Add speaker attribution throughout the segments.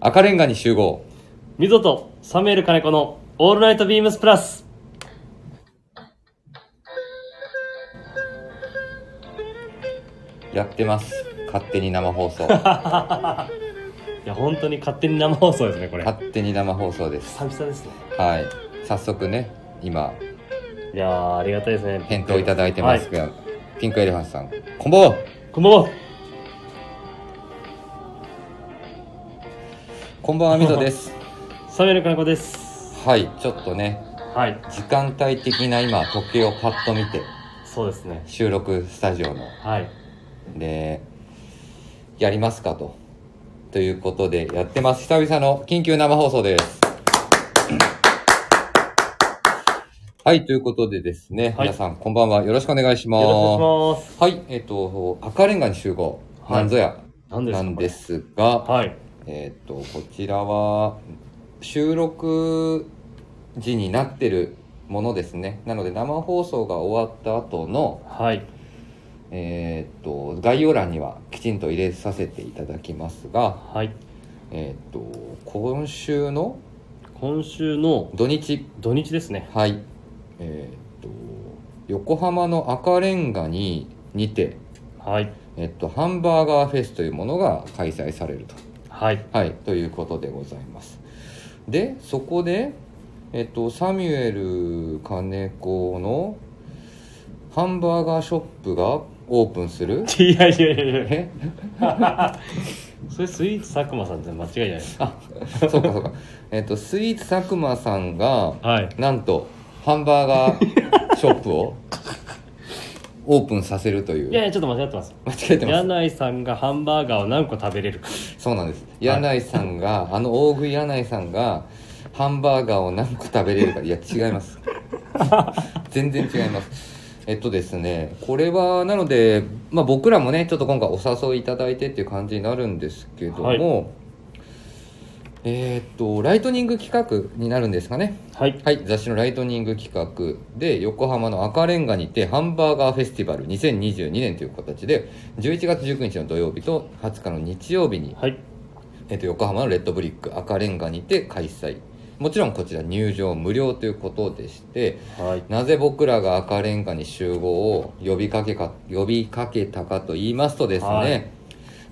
Speaker 1: 赤レンガに集合
Speaker 2: みぞとサムエル金子のオールナイトビームスプラス
Speaker 1: やってます勝手に生放送
Speaker 2: いや本当に勝手に生放送ですねこれ久
Speaker 1: 勝手に生放送です
Speaker 2: 々ですね
Speaker 1: はい早速ね今
Speaker 2: いやーありがたいですね
Speaker 1: 返答いただいてます
Speaker 2: は
Speaker 1: が、ピンクエレファントさんこんばんは
Speaker 2: こんばんは
Speaker 1: こんばんはみぞです
Speaker 2: サムエル金子です
Speaker 1: はいちょっとね
Speaker 2: はい
Speaker 1: 時間帯的な今時計をパッと見て
Speaker 2: そうですね
Speaker 1: 収録スタジオの
Speaker 2: はい
Speaker 1: でやりますかとということでやってます久々の緊急生放送ですはいということでですね、
Speaker 2: はい
Speaker 1: 皆さんこんばんはよろしくお願いしま
Speaker 2: よ
Speaker 1: す
Speaker 2: ろしくお願いします
Speaker 1: はいえっ、と赤レンガに集合、
Speaker 2: はい
Speaker 1: なんぞや
Speaker 2: 何です
Speaker 1: な
Speaker 2: か
Speaker 1: んですが、
Speaker 2: これはい
Speaker 1: えっ、とこちらは収録時になってるものですねなので生放送が終わった後の
Speaker 2: はい
Speaker 1: えーっと概要欄にはきちんと入れさせていただきますが、
Speaker 2: はい
Speaker 1: えーっと今週の
Speaker 2: 今週の
Speaker 1: 土日
Speaker 2: 土日ですね
Speaker 1: はい、えーっと横浜の赤レンガににて、
Speaker 2: はい
Speaker 1: えっとハンバーガーフェスというものが開催されると,、
Speaker 2: はい
Speaker 1: はい、ということでございますでそこで、えっとサミュエル金子のハンバーガーショップがオープンする
Speaker 2: いやいやいやいや
Speaker 1: え
Speaker 2: それスイーツ佐久間さんって間違いじゃないですか
Speaker 1: そうかそうか。えっ、とスイーツ佐久間さんが
Speaker 2: はい
Speaker 1: なんとハンバーガーショップをオープンさせるという
Speaker 2: いやいやちょっと間違ってます
Speaker 1: 間違えてま
Speaker 2: 柳井さんがハンバーガーを何個食べれるか
Speaker 1: す。そうなんです。柳井さんが、あの大食い柳井さんがハンバーガーを何個食べれるかいや違います。全然違います。えっとですね、これはなので、まあ、僕らもねちょっと今回お誘いいただいてっていう感じになるんですけども、
Speaker 2: はい
Speaker 1: えーっとライトニング企画になるんですかね
Speaker 2: はい
Speaker 1: はい、雑誌のライトニング企画で横浜の赤レンガにてハンバーガーフェスティバル2022年という形で11月19日の土曜日と20日の日曜日に、
Speaker 2: はい
Speaker 1: えっと横浜のレッドブリック赤レンガにて開催もちろんこちら入場無料ということでして
Speaker 2: はい
Speaker 1: なぜ僕らが赤レンガに集合を呼びかけか呼びかけたかと言いますとですね、
Speaker 2: はい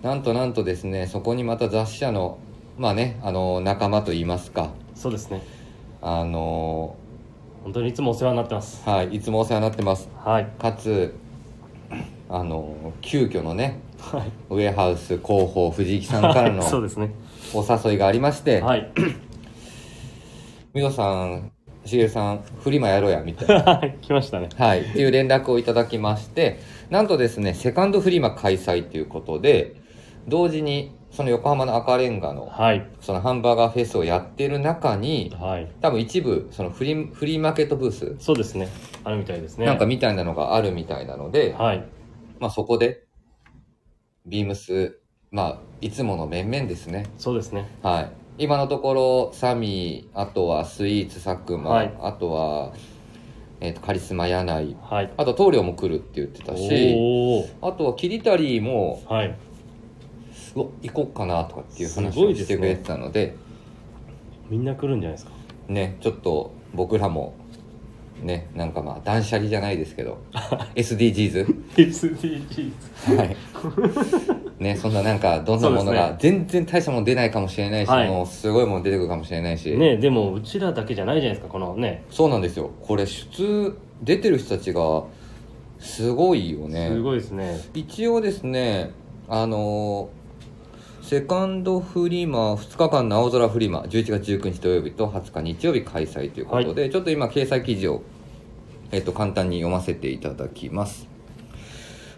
Speaker 1: なんとなんとですねそこにまた雑誌社のまあねあの仲間と言いますか
Speaker 2: そうですね
Speaker 1: あの
Speaker 2: 本当にいつもお世話になってます
Speaker 1: はい、いつもお世話になってます。
Speaker 2: はい
Speaker 1: かつ、あの、急遽のね、
Speaker 2: はい
Speaker 1: ウェハウス広報藤井さんからの
Speaker 2: そうですね
Speaker 1: お誘いがありまして、
Speaker 2: はい
Speaker 1: みどさん、しげるさん、フリマやろうや、みたいな。
Speaker 2: はい 来ましたね
Speaker 1: はい、っていう連絡をいただきまして、なんとですね、セカンドフリマ開催ということで、同時に、その横浜の赤レンガの、
Speaker 2: はい
Speaker 1: そのハンバーガーフェスをやってる中に、
Speaker 2: はい
Speaker 1: 多分一部、そのフリフリーマーケットブース、
Speaker 2: そうですねあるみたいですね
Speaker 1: なんかみたいなのがあるみたいなので、
Speaker 2: はい
Speaker 1: まあ、そこで、ビームス、まあ、いつもの面々ですね。
Speaker 2: そうですね
Speaker 1: はい。今のところ、サミー、あとはスイーツ、佐久間、
Speaker 2: はい
Speaker 1: あとは、えっ、と、カリスマ、柳井、
Speaker 2: はい
Speaker 1: あと、棟梁も来るって言ってたし、
Speaker 2: お
Speaker 1: あとは、キリタリーも、
Speaker 2: おはい
Speaker 1: うわ行こっかなとかっていう
Speaker 2: す
Speaker 1: 話
Speaker 2: ご
Speaker 1: を
Speaker 2: いで
Speaker 1: し
Speaker 2: すね
Speaker 1: てくれてたので、
Speaker 2: みんな来るんじゃないですか
Speaker 1: ね、ちょっと僕らも、ね、なんかまあ、断捨離じゃないです けど、SDGs。
Speaker 2: SDGs
Speaker 1: はい。ね、そんななんか、どんなもの
Speaker 2: そう
Speaker 1: が、全然大したもの出ないかもしれないし、
Speaker 2: はい
Speaker 1: もうすごいもの出てくるかもしれないし、
Speaker 2: ねでもうちらだけじゃないじゃないですかこのね
Speaker 1: そうなんですよ。これ、出、出てる人たちが、すごいよね。
Speaker 2: すごいですね
Speaker 1: 一応ですね、あのーセカンドフリマ2日間の青空フリマ11月19日土曜日と20日日曜日開催ということで、ちょっと今掲載記事を、えっと簡単に読ませていただきます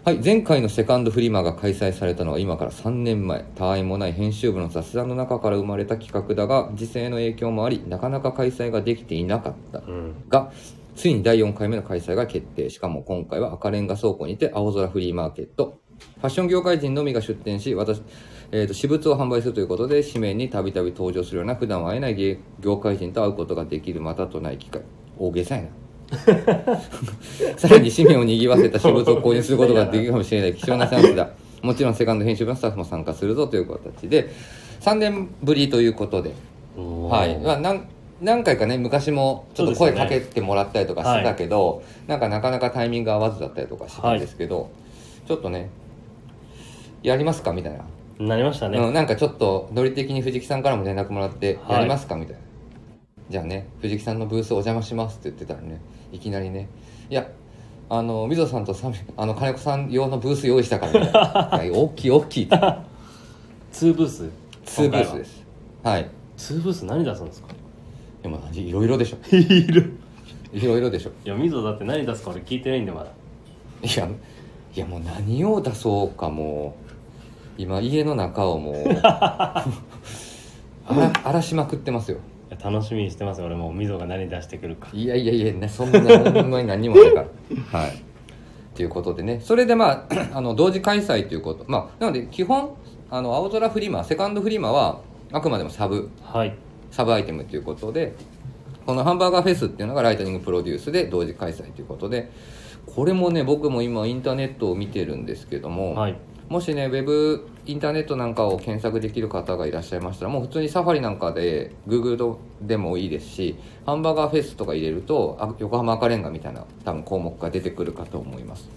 Speaker 1: はい前回のセカンドフリマが開催されたのは今から3年前他愛もない編集部の雑談の中から生まれた企画だが時勢の影響もありなかなか開催ができていなかった
Speaker 2: うん
Speaker 1: が、ついに第4回目の開催が決定。しかも今回は赤レンガ倉庫にて青空フリーマーケット。ファッション業界人のみが出店し、私、えーと、私物を販売するということで、紙面にたびたび登場するような、普段は会えない芸業界人と会うことができるまたとない機会。大げさやな。さらに紙面を賑わせた私物を購入することができるかもしれない貴重なチャンスだ。もちろんセカンド編集部のスタッフも参加するぞという形で、 3年ぶりということで、はいまあ、
Speaker 2: は
Speaker 1: なん何回かね昔もちょっと
Speaker 2: そ
Speaker 1: 声
Speaker 2: うですよ
Speaker 1: か
Speaker 2: ね
Speaker 1: けてもらったりとかしてたけど、なんかなかなかタイミング合わずだったりとかしてたんですけど、ちょっとねやりますかみたいな、
Speaker 2: い。なりましたね。
Speaker 1: うん、なんかちょっとノリ的に藤木さんからも連絡もらって
Speaker 2: はい
Speaker 1: やりますかみたいな、じゃあね藤木さんのブースお邪魔しますって言ってたらねいきなりねいやあの溝さんとサミあの金子さん用のブース用意したからみ たいないや大きい大きいって
Speaker 2: ツーブース。
Speaker 1: 2ブースですはい
Speaker 2: ツーブース何出すんですか
Speaker 1: でもいろいろでしょ
Speaker 2: いる。
Speaker 1: いろいろでしょ
Speaker 2: いや、水野だって何出すか俺聞いてないんでまだ。
Speaker 1: いやいやもう何を出そうかもう今家の中をも う荒荒らしまくってますよ
Speaker 2: いや楽しみにしてます俺も水野が何出してくるか。
Speaker 1: いやいやいやねそんなほんまに何もないから はいということでねそれでまあ あの同時開催ということまあなので基本あの青空フリマセカンドフリマはあくまでもサブ
Speaker 2: はい。
Speaker 1: サブアイテムということでこのハンバーガーフェスっていうのがライトニングプロデュースで同時開催ということでこれもね僕も今インターネットを見てるんですけども、
Speaker 2: はい。
Speaker 1: もしねウェブインターネットなんかを検索できる方がいらっしゃいましたらもう普通にサファリなんかで Google でもいいですしハンバーガーフェスとか入れるとあ横浜赤レンガみたいな多分項目が出てくるかと思います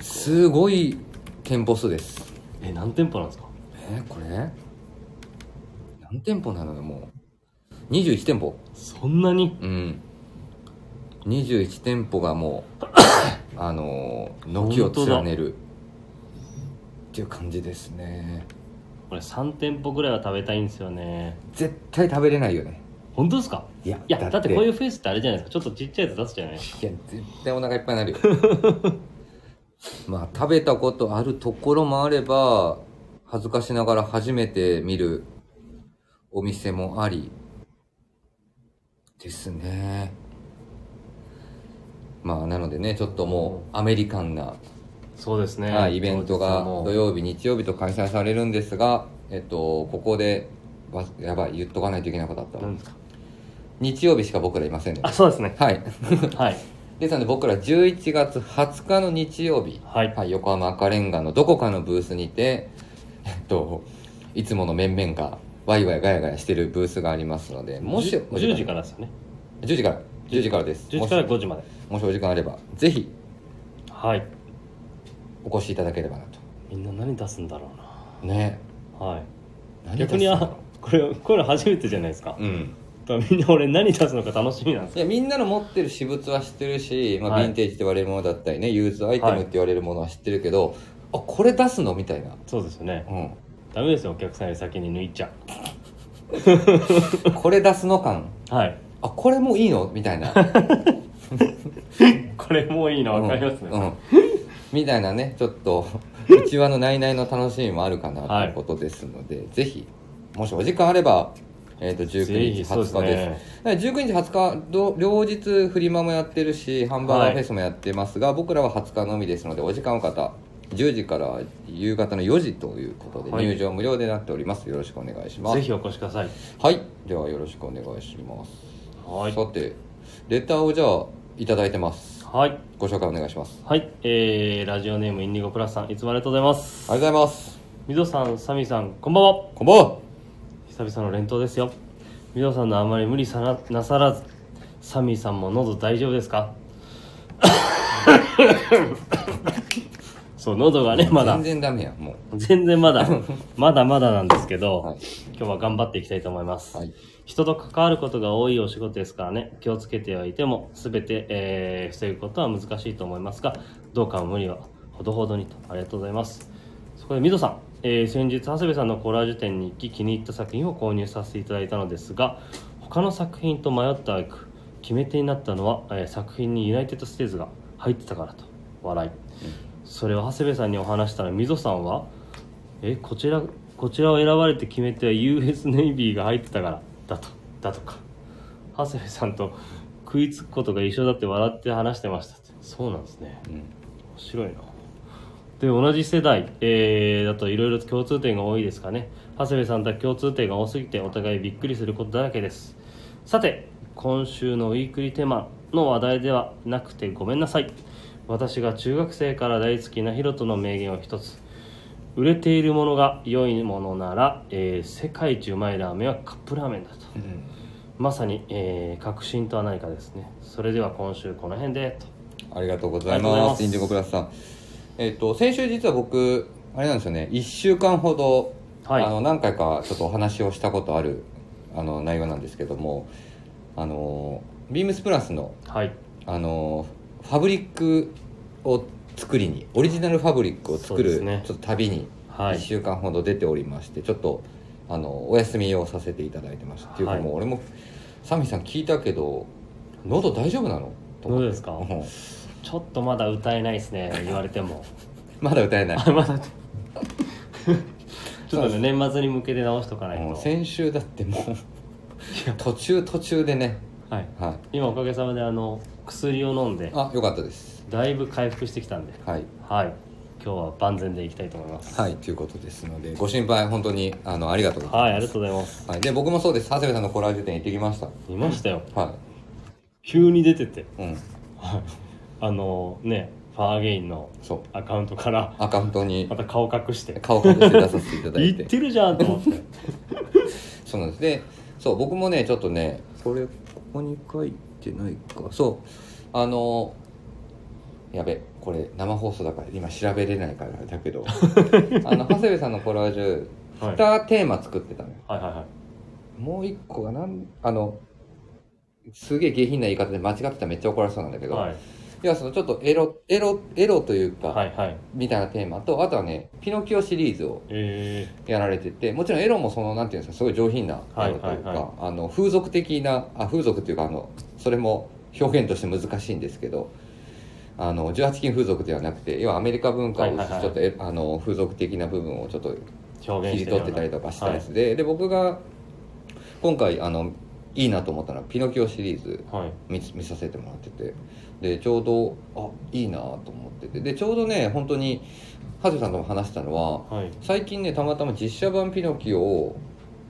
Speaker 1: すごい店舗数です
Speaker 2: え、何店舗なんですか
Speaker 1: えーこれ何店舗なのよもう21店舗
Speaker 2: そんなに
Speaker 1: うん21店舗がも うあのー軒を
Speaker 2: 本当だ
Speaker 1: 連ねるっていう感じですね
Speaker 2: 俺3店舗ぐらいは食べたいんですよね。
Speaker 1: 絶対食べれないよね
Speaker 2: 本当ですか
Speaker 1: いや
Speaker 2: いや、だってこういううフェイスってあれじゃないですか。ちょっとちっちゃいやつ出すじゃないですか。
Speaker 1: いや絶対お腹いっぱい になるよまあ食べたことあるところもあれば恥ずかしながら初めて見るお店もありですねまあなのでねちょっともうアメリカンな
Speaker 2: そうですね。
Speaker 1: はい、イベントが
Speaker 2: 当日はもう
Speaker 1: 土曜日、日曜日と開催されるんですが、えっと、ここで、わやばい、言っとかないといけないことあったわ
Speaker 2: 何ですか
Speaker 1: 日曜日しか僕らいませんので
Speaker 2: あ、。そうですね。
Speaker 1: はい。
Speaker 2: はい。
Speaker 1: ですので、僕ら11月20日の日曜日、
Speaker 2: はい。
Speaker 1: はい、横浜赤レンガのどこかのブースにて、えっと、いつもの面々が、ワイワイガヤガヤしてるブースがありますので、もし、
Speaker 2: 10 10時からですよね。
Speaker 1: ら。10時から。10時からです。
Speaker 2: 10
Speaker 1: も
Speaker 2: 時
Speaker 1: し
Speaker 2: から5時まで。
Speaker 1: もしお時間あれば、ぜひ、
Speaker 2: はい。
Speaker 1: お越しいただければなと。
Speaker 2: みんな何出すんだろう
Speaker 1: ね。
Speaker 2: な。はい。
Speaker 1: 何出す
Speaker 2: 逆
Speaker 1: ん
Speaker 2: に
Speaker 1: だろう
Speaker 2: あこれこれ初めてじゃないですか、
Speaker 1: うん。
Speaker 2: だからみんな俺何出すのか楽しみなんです
Speaker 1: いやみんなの持ってる私物は知ってるし、まあ、
Speaker 2: は
Speaker 1: ヴ
Speaker 2: い
Speaker 1: ィンテージって言われるものだったりね、ユーズアイテムって言われるものは知ってるけど、あこれ出すのみたいな、
Speaker 2: そうですよね
Speaker 1: う
Speaker 2: ダメですよお客さんより先に抜いちゃ
Speaker 1: ん、これ出すの感
Speaker 2: はい
Speaker 1: あこれもういいのみたいな
Speaker 2: これもういいの分かりますね、
Speaker 1: うんうんみたいなねちょっと うちわのないないの楽しみもあるかな
Speaker 2: は
Speaker 1: と
Speaker 2: い
Speaker 1: いうことですので、ぜひもしお時間あれば、えー、と
Speaker 2: ぜ
Speaker 1: 19日20
Speaker 2: ひ
Speaker 1: 日
Speaker 2: そう
Speaker 1: で
Speaker 2: ですすね
Speaker 1: だから19日、20日ど、両日フリマもやってるし、ハンバーガーフェスもやってますが、僕らは20日のみですので、お時間の方、10時から夕方の4時ということで、
Speaker 2: はい
Speaker 1: 入場無料でなっております。よろしくお願いします。
Speaker 2: ぜひお越しください
Speaker 1: はい。では、よろしくお願いします。
Speaker 2: はい
Speaker 1: さて、レターをじゃあ、いただいてます。
Speaker 2: はい
Speaker 1: ご紹介お願いします。
Speaker 2: はいえー、ラジオネームインディゴプラスさんいつもありがとうございます
Speaker 1: ありがとうございます。
Speaker 2: みぞさんサミさんこんばんは
Speaker 1: こんばんは。
Speaker 2: 久々の連投ですよみぞさんのあまり無理さななさらずサミさんも喉大丈夫ですかそう喉がねまだ
Speaker 1: 全然ダメやん、も
Speaker 2: 全然まだまだまだなんですけど、
Speaker 1: はい
Speaker 2: 今日は頑張っていきたいと思います、
Speaker 1: う。はい。
Speaker 2: 人と関わることが多いお仕事ですからね気をつけてはいても全て、えー防ぐことは難しいと思いますがどうか無理はほどほどにとありがとうございますそこで水戸さん、えー先日長谷部さんのコラージュ展に行き気に入った作品を購入させていただいたのですが他の作品と迷った挙句決め手になったのは、えー作品にユナイテッドステーズが入ってたからと笑いそれを長谷部さんにお話したら溝さんは「えこちらこちらを選ばれて決めては US ネイビーが入ってたから」だとだとか長谷部さんと食いつくことが一緒だって笑って話してましたってそうなんですね
Speaker 1: うん。
Speaker 2: 面白いなで同じ世代、えーだといろいろ共通点が多いですかね長谷部さんとは共通点が多すぎてお互いびっくりすることだらけですさて今週のウィークリーテーマの話題ではなくてごめんなさい私が中学生から大好きなヒロトの名言を一つ売れているものが良いものなら、えー世界一うまいラーメンはカップラーメンだと
Speaker 1: うん
Speaker 2: まさに、えー革新とは何かですねそれでは今週この辺でと
Speaker 1: ありがとうござ
Speaker 2: あ
Speaker 1: い
Speaker 2: りがとうござい
Speaker 1: ま
Speaker 2: ます
Speaker 1: すインディゴプラスさんえっ、と先週実は僕あれなんですよね1週間ほど、
Speaker 2: はい
Speaker 1: あの何回かちょっとお話をしたことあるあの内容なんですけどもあのビームスプラスの
Speaker 2: はい
Speaker 1: あのファブリックを作りにオリジナルファブリックを作
Speaker 2: そうで
Speaker 1: る、
Speaker 2: すね
Speaker 1: ちょっと旅に
Speaker 2: は
Speaker 1: 1
Speaker 2: い
Speaker 1: 週間ほど出ておりまして、ちょっとあのお休みをさせていただいてました、っていうか
Speaker 2: はい
Speaker 1: もう俺もサミさん聞いたけど喉大丈夫なのと
Speaker 2: ど
Speaker 1: 思
Speaker 2: う
Speaker 1: っ
Speaker 2: ですか
Speaker 1: てうん
Speaker 2: ちょっとまだ歌えないですね言われて も
Speaker 1: まだ歌えない
Speaker 2: あまだち
Speaker 1: そう
Speaker 2: ょっ
Speaker 1: で
Speaker 2: と
Speaker 1: す
Speaker 2: ね年末に向けて直しとかない
Speaker 1: もう
Speaker 2: と、
Speaker 1: 先週だってもう途中途中でね
Speaker 2: はい、
Speaker 1: はい
Speaker 2: 今おかげさまであの薬を飲んで
Speaker 1: あよかったです
Speaker 2: だいぶ回復してきたんで
Speaker 1: はい
Speaker 2: はい今日は万全でいきたいと思います
Speaker 1: はいということですのでご心配本当にあのありがとうございます、
Speaker 2: はいありがとうございます
Speaker 1: はい、で僕もそうです長谷部さんのコラージュ店行ってきました
Speaker 2: 見ましたよ
Speaker 1: は
Speaker 2: 急に出てて
Speaker 1: いうん
Speaker 2: はいあのねファーゲインの
Speaker 1: そう
Speaker 2: アカウントから
Speaker 1: アカウントに
Speaker 2: また顔隠して
Speaker 1: 顔隠して出させてい ただい
Speaker 2: 言
Speaker 1: て
Speaker 2: ってるじゃんと思 って
Speaker 1: そうなんですでそう僕もねちょっとねこれここに書いてないかそうあのやべこれ生放送だから今調べれないからだけ どあの長谷部さんのコラージュ
Speaker 2: はい
Speaker 1: 2テーマ作ってたのよ
Speaker 2: はいはいは
Speaker 1: もう一個がなんあのすげえ下品な言い方で間違ってたらめっちゃ怒られそうなんだけ
Speaker 2: い
Speaker 1: ど、
Speaker 2: はい
Speaker 1: 要はそのちょっとエロエロエロというか、
Speaker 2: はいはい
Speaker 1: みたいなテーマとあとはねピノキオシリーズを
Speaker 2: え
Speaker 1: やられててもちろんエロもそのなんていうんですかすごい上品な
Speaker 2: はい
Speaker 1: エロというか、
Speaker 2: はいはい
Speaker 1: あの風俗的なあ風俗というかあのそれも表現として難しいんですけどあの18禁風俗ではなくて要はアメリカ文化をち
Speaker 2: はいはいはい
Speaker 1: ょっと、えあの風俗的な部分をちょっと
Speaker 2: ー、表
Speaker 1: 切
Speaker 2: 現
Speaker 1: り
Speaker 2: して
Speaker 1: 取っ
Speaker 2: るよう
Speaker 1: て
Speaker 2: な
Speaker 1: たりとかした
Speaker 2: は
Speaker 1: や
Speaker 2: い
Speaker 1: つで、で僕が今回あのいいなと思ったのはピノキオシリーズ
Speaker 2: はい
Speaker 1: 見つ見させてもらっててでちょうどあいいなと思っててでちょうどね本当にハジさんとも話したのは
Speaker 2: はい
Speaker 1: 最近ねたまたま実写版ピノキオを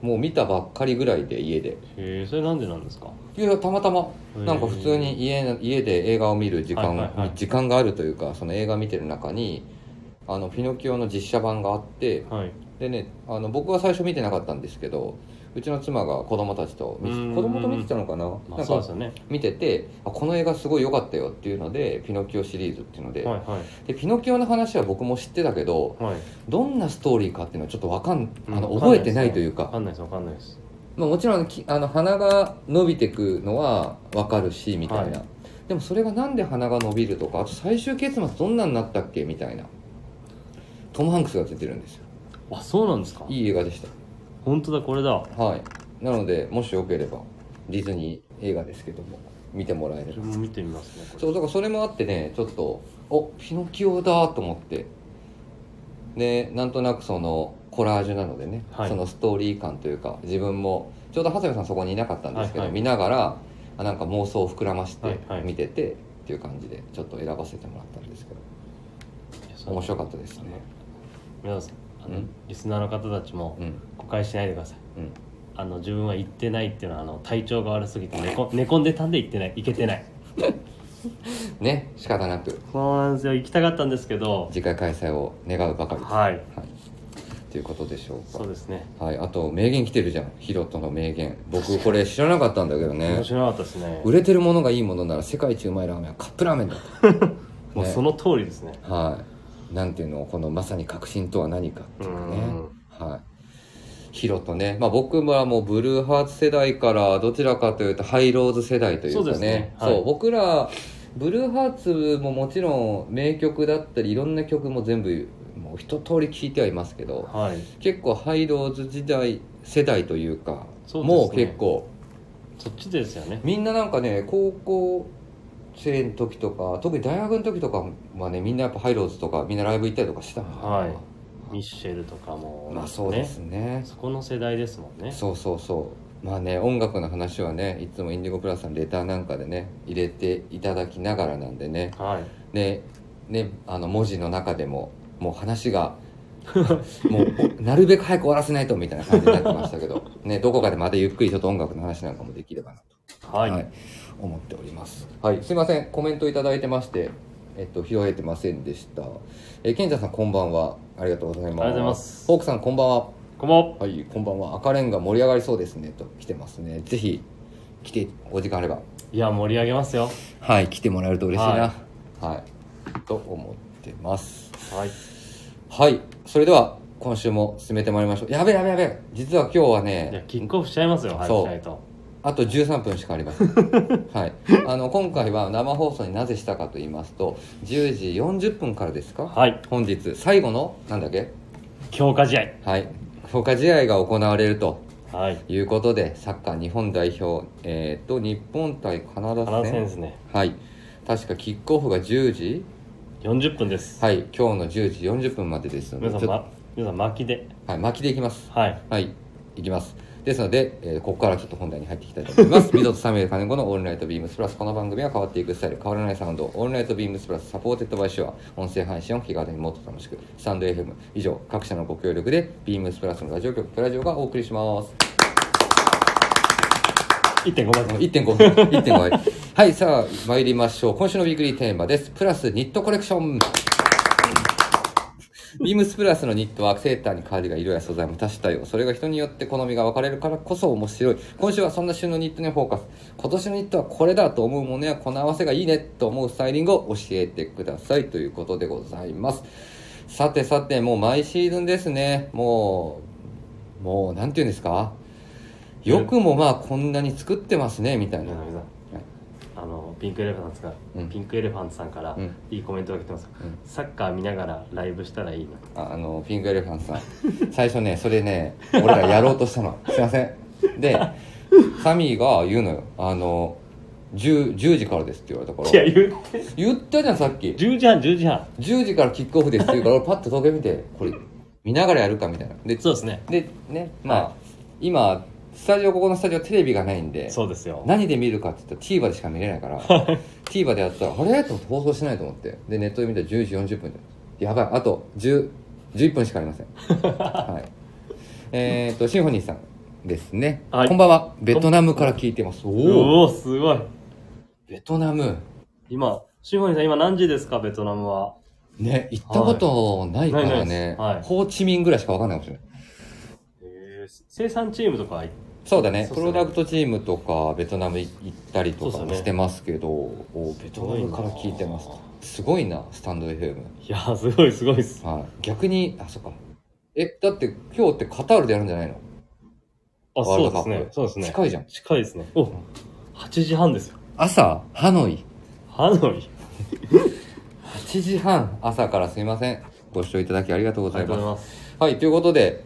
Speaker 1: もう見たばっかりぐらいで家で
Speaker 2: えー、それなんでなんですか
Speaker 1: いやたまたま
Speaker 2: へー
Speaker 1: なんか普通に家な家で映画を見る時間、
Speaker 2: はいはいはい
Speaker 1: 時間があるというかその映画見てる中にあのピノキオの実写版があって
Speaker 2: はい
Speaker 1: でねあの僕は最初見てなかったんですけどうちの妻が子供たちと見
Speaker 2: うんうんうん
Speaker 1: 子供と見てたのかな,、な
Speaker 2: まあ
Speaker 1: ん
Speaker 2: そうで
Speaker 1: か
Speaker 2: すよね
Speaker 1: 見ててあこの映画すごい良かったよっていうのでピノキオシリーズっていうので,、
Speaker 2: はいはい
Speaker 1: でピノキオの話は僕も知ってたけど
Speaker 2: はい
Speaker 1: どんなストーリーかっていうのはちょっとわかんあの
Speaker 2: うん
Speaker 1: 覚えてないという
Speaker 2: わか
Speaker 1: か、
Speaker 2: んないですわかんないです
Speaker 1: まあ、もちろんきあの鼻が伸びてくのはわかるしみたいな、
Speaker 2: は
Speaker 1: でもそれがなんで鼻が伸びるとかあと最終結末どんなになったっけみたいなトム・ハンクスが出てるんですよ
Speaker 2: あそうなんですか
Speaker 1: いい映画でし
Speaker 2: 本当だこれだ
Speaker 1: たはいなのでもしよければディズニー映画ですけども見てもらえれ
Speaker 2: そ
Speaker 1: ば
Speaker 2: れも見てみますねこれ
Speaker 1: そうだからそれもあってねちょっとおピノキオだと思ってでなんとなくそのコラージュなのでね、
Speaker 2: はい
Speaker 1: そのストーリー感というか自分もちょうど長谷部さんそこにいなかったんですけど、
Speaker 2: はいはい
Speaker 1: 見ながらあなんか妄想を膨らまして
Speaker 2: はいはい
Speaker 1: 見てて、っていう感じでちょっと選ばせてもらったんですけど面白かったですね
Speaker 2: 皆さんあの、
Speaker 1: うん
Speaker 2: リスナーの方たちも
Speaker 1: うん
Speaker 2: 誤解しないでください
Speaker 1: うん
Speaker 2: あの自分は行ってないっていうのはあの体調が悪すぎて寝こ寝込んでたんで行ってない行けてない
Speaker 1: ね仕方なく
Speaker 2: そうなんですよ行きたかったんですけど
Speaker 1: 次回開催を願うばかりです
Speaker 2: はい
Speaker 1: はい、ということでしょう
Speaker 2: そうですね
Speaker 1: かはいあと名言来てるじゃんヒロトの名言僕これ知らなかったんだけどね
Speaker 2: 面白かったですね
Speaker 1: 売れてるものがいいものなら世界一うまいラーメンはカップラーメンだ
Speaker 2: もうその通りですね
Speaker 1: と、はい、なんていうのこのまさに革新とは何かっていうねはいヒロとね、まあ、僕はもうブルーハーツ世代からどちらかというとハイローズ世代というかね
Speaker 2: そうですねはい
Speaker 1: そう僕らブルーハーツももちろん名曲だったりいろんな曲も全部もう一通り聴いてはいますけど
Speaker 2: はい
Speaker 1: 結構ハイローズ時代世代というか
Speaker 2: そうですね
Speaker 1: もう結構
Speaker 2: そっちですよね
Speaker 1: みんななんかね高校生の時とか特に大学の時とかはねみんなやっぱハイローズとかみんなライブ行ったりとかしてたもんね
Speaker 2: はいミッシェルとかも
Speaker 1: まあそうですね
Speaker 2: そこの世代ですもんね
Speaker 1: そうそうそうまあね音楽の話はねいつもインディゴプラスさんレターなんかでね入れていただきながらなんでね
Speaker 2: はい
Speaker 1: ねねあの文字の中でももう話 がもうおなるべく早く終わらせないとみたいな感じになってましたけど、ね、どこかでまたゆっくりちょっと音楽の話なんかもできればなと
Speaker 2: はい、
Speaker 1: はい、思っております。はい、すいません、コメントいただいてまして、えっと、拾えてませんでした。えー、賢者さん、こんばんは。ありがとうございます
Speaker 2: ありがとうございます
Speaker 1: ホークさんこんばんは
Speaker 2: こんばんは
Speaker 1: はいこんばんは赤レンガ盛り上がりそうですねと来てますねぜひ来てお時間あれば
Speaker 2: いや盛り上げますよ
Speaker 1: はい来てもらえると嬉しいな
Speaker 2: は
Speaker 1: はい、と思ってます
Speaker 2: はい
Speaker 1: はいそれでは今週も進めてまいりましょうやべえやべえやべえ実は今日はい
Speaker 2: や
Speaker 1: ね
Speaker 2: キックオフしちゃいますよ早
Speaker 1: そう
Speaker 2: くしないと
Speaker 1: あと13分しかあり ません、はい、あの今回は生放送になぜしたかと言いますと10時40分からですか、
Speaker 2: はい
Speaker 1: 本日最後のなんだっけ
Speaker 2: 強化試合
Speaker 1: はい強化試合が行われると
Speaker 2: はい
Speaker 1: ということでサッカー日本代表、えー、と日本対カナダ
Speaker 2: 花
Speaker 1: 戦
Speaker 2: 戦ですね
Speaker 1: はい確かキックオフが10時
Speaker 2: 40分です
Speaker 1: はい今日の10時40分までですので
Speaker 2: 皆さ
Speaker 1: ち
Speaker 2: ん
Speaker 1: ょっ
Speaker 2: ま皆さん巻きで
Speaker 1: とはい、巻きでいきます
Speaker 2: はい
Speaker 1: はいいきますですので、えーここからちょっと本題に入っていきたいと思いますミドとサミュエル金子の「オールナイトビームスプラス」この番組は変わっていくスタイル変わらないサウンド「オールナイトビームスプラス」サポーテッドバイシュア音声配信を気軽にもっと楽しくスタンド FM 以上各社のご協力でビームスプラスのラジオ局プラジオがお送りします
Speaker 2: 1.5倍です
Speaker 1: 1.5分1.5倍はいさあ参りましょう今週のウィークリーテーマですプラスニットコレクションビームスプラスのニットはセーターにカーディガン色や素材も多種多様それが人によって好みが分かれるからこそ面白い今週はそんな旬のニットにフォーカス今年のニットはこれだと思うものやこの合わせがいいねと思うスタイリングを教えてくださいということでございますさてさてもう毎シーズンですねもうもうなんて言うんですかよくもまあこんなに作ってますねみたいな、
Speaker 2: 柳さんあのピンクエレファントさん、
Speaker 1: うん
Speaker 2: ピンクエレファントさんから
Speaker 1: うん
Speaker 2: いいコメントが来てます、
Speaker 1: うん
Speaker 2: サッカー見ながらライブしたらいいな
Speaker 1: ああのピンクエレファントさん最初ねそれね俺らやろうとしたのすいませんでサミーが言うのよあの 10, 10時からですって言われたか
Speaker 2: いや
Speaker 1: ら
Speaker 2: 言って
Speaker 1: 言ったじゃんさっき
Speaker 2: 10時半10時半
Speaker 1: 10時からキックオフですって言う から俺パッと時計見てこれ見ながらやるかみたいなで
Speaker 2: そうですね
Speaker 1: でねまあ、
Speaker 2: は
Speaker 1: 今スタジオここのスタジオテレビがないんで
Speaker 2: そうですよ
Speaker 1: 何で見るかって言ったら TVer でしか見れないから TVer でやったらあれと思って放送してないと思ってでネットで見たら10時40分でやばいあと10 11分しかありま せんはいえっ、とシンフォニーさんですね、
Speaker 2: はい
Speaker 1: こんばんはベトナムから聞いてますおお
Speaker 2: おおーすごい
Speaker 1: ベトナム
Speaker 2: 今シンフォニーさん今何時ですかベトナムは
Speaker 1: ね行ったことないからね、
Speaker 2: はいないですはい
Speaker 1: ホーチミンぐらいしかわかんないかもしれない
Speaker 2: えー生産チームとかは
Speaker 1: そうだね
Speaker 2: そう
Speaker 1: プ
Speaker 2: っすね
Speaker 1: ロダクトチームとかベトナム行ったりとか
Speaker 2: そうっ
Speaker 1: も
Speaker 2: すね
Speaker 1: してますけどおベトナムから聞いてますすごいなスタンド FM
Speaker 2: いやーすごいすごいっす
Speaker 1: はい、逆に、あ、そっか。え、だって今日ってカタールでやるんじゃないの、
Speaker 2: あ
Speaker 1: ワー
Speaker 2: そ
Speaker 1: ル
Speaker 2: う
Speaker 1: ド
Speaker 2: です
Speaker 1: カッ
Speaker 2: ね
Speaker 1: プ
Speaker 2: そうですね
Speaker 1: 近いじゃん。
Speaker 2: 近いですねお8時半ですよ
Speaker 1: 朝、ハノイ。
Speaker 2: ハノイ
Speaker 1: 8時半、朝からすいません。ご視聴いただきありがとうご
Speaker 2: あ
Speaker 1: ざ
Speaker 2: り
Speaker 1: い
Speaker 2: がとうござい
Speaker 1: ま
Speaker 2: ます
Speaker 1: す。はい、ということで、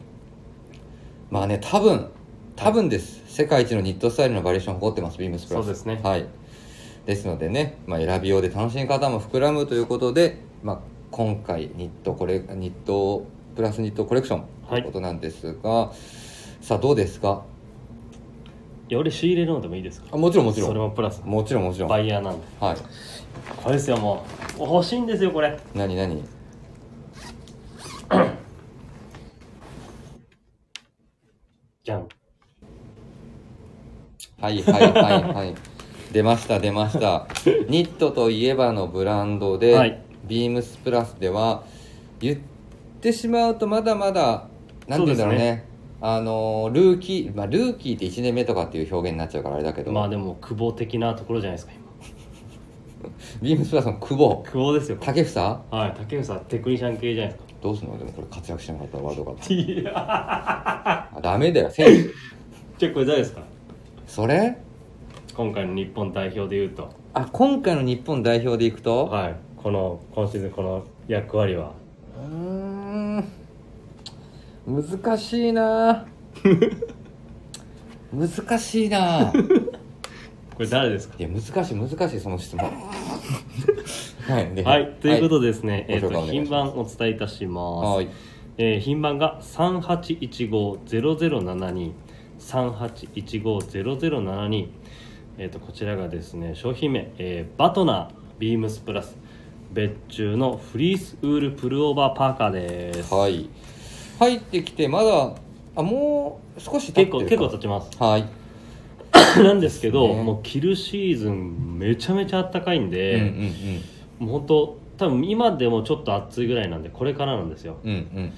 Speaker 1: まあね、多分、多分です。世界一のニットスタイルのバリエーションを誇ってます、ビームスプラス。
Speaker 2: そうですね
Speaker 1: はい。ですのでね、まあ、選びようで楽しみ方も膨らむということで、まあ、今回、ニットこれ、ニット、プラスニットコレクションと
Speaker 2: はい
Speaker 1: いうことなんですが、さあ、どうですか
Speaker 2: いや俺仕入れるのでもいいですか
Speaker 1: あもちろんもちろん
Speaker 2: それもプラス
Speaker 1: もちろんもちろんは
Speaker 2: バ
Speaker 1: い
Speaker 2: イヤーなんでこれですよもう欲しいんですよこれ
Speaker 1: 何何
Speaker 2: じゃん
Speaker 1: はいはいはいはい 出ました出ま したニットといえばのブランドで、
Speaker 2: はい
Speaker 1: ビームスプラスでは言ってしまうとまだまだなんて言うんだろう
Speaker 2: そうです
Speaker 1: ねあのルーキー、まあ、ルーキーって1年目とかっていう表現になっちゃうからあれだけど、
Speaker 2: まあでも久保的なところじゃないですか今
Speaker 1: ビームスプラスの久保
Speaker 2: 久保ですよこれ
Speaker 1: 竹房
Speaker 2: はい竹内さんテクニシャン系じゃない ですか
Speaker 1: どうすんのでもこれ活躍しなかったらワールドカップ
Speaker 2: いや
Speaker 1: あダメだよ選手
Speaker 2: じゃあこれ誰ですか
Speaker 1: それ
Speaker 2: 今回の日本代表で言うと
Speaker 1: あ今回の日本代表でいくと、
Speaker 2: はいこの今シーズンこの役割は
Speaker 1: うーん難しい な難しいな
Speaker 2: これ誰ですか
Speaker 1: いや難しい難しいその 質問はいで
Speaker 2: はいということでですね、えっ、
Speaker 1: ご紹介
Speaker 2: と
Speaker 1: お願いします
Speaker 2: 品番お伝えいたします、
Speaker 1: はい
Speaker 2: えー品番が3815-0072 3815-0072えっ、とこちらがですね商品名、えーバトナービームスプラス別注のフリースウールプルオーバーパーカーです
Speaker 1: はい入ってきてまだあもう少し経ってるか
Speaker 2: 結構結構経ちます
Speaker 1: はい、
Speaker 2: なんですけど
Speaker 1: ですね
Speaker 2: もう着るシーズンめちゃめちゃあったかいん
Speaker 1: うんうんう
Speaker 2: で、
Speaker 1: ん
Speaker 2: もう本当多分今でもちょっと暑いぐらいなんでこれからなんですよ
Speaker 1: うんうん
Speaker 2: も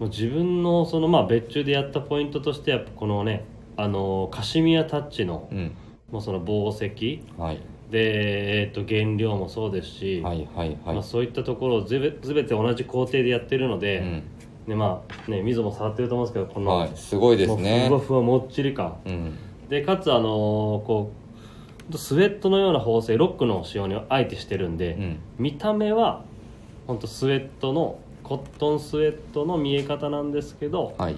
Speaker 2: う自分のそのまあ別注でやったポイントとしてやっぱこのねあのカシミヤタッチの
Speaker 1: うんうん
Speaker 2: もうその紡績
Speaker 1: はい
Speaker 2: で、えっと原料もそうですし、
Speaker 1: はいはいはい、
Speaker 2: まあ、そういったところをずべずべて同じ工程でやってるので、
Speaker 1: うん
Speaker 2: ねまあね溝も触ってると思うんですけどこの、
Speaker 1: はい、すごいですね
Speaker 2: もうふわふわもっちり感
Speaker 1: うん
Speaker 2: でかつあのーこうスウェットのような縫製ロックの仕様にあえてしてるんで、
Speaker 1: うん
Speaker 2: 見た目は本当スウェットのコットンスウェットの見え方なんですけど、
Speaker 1: はい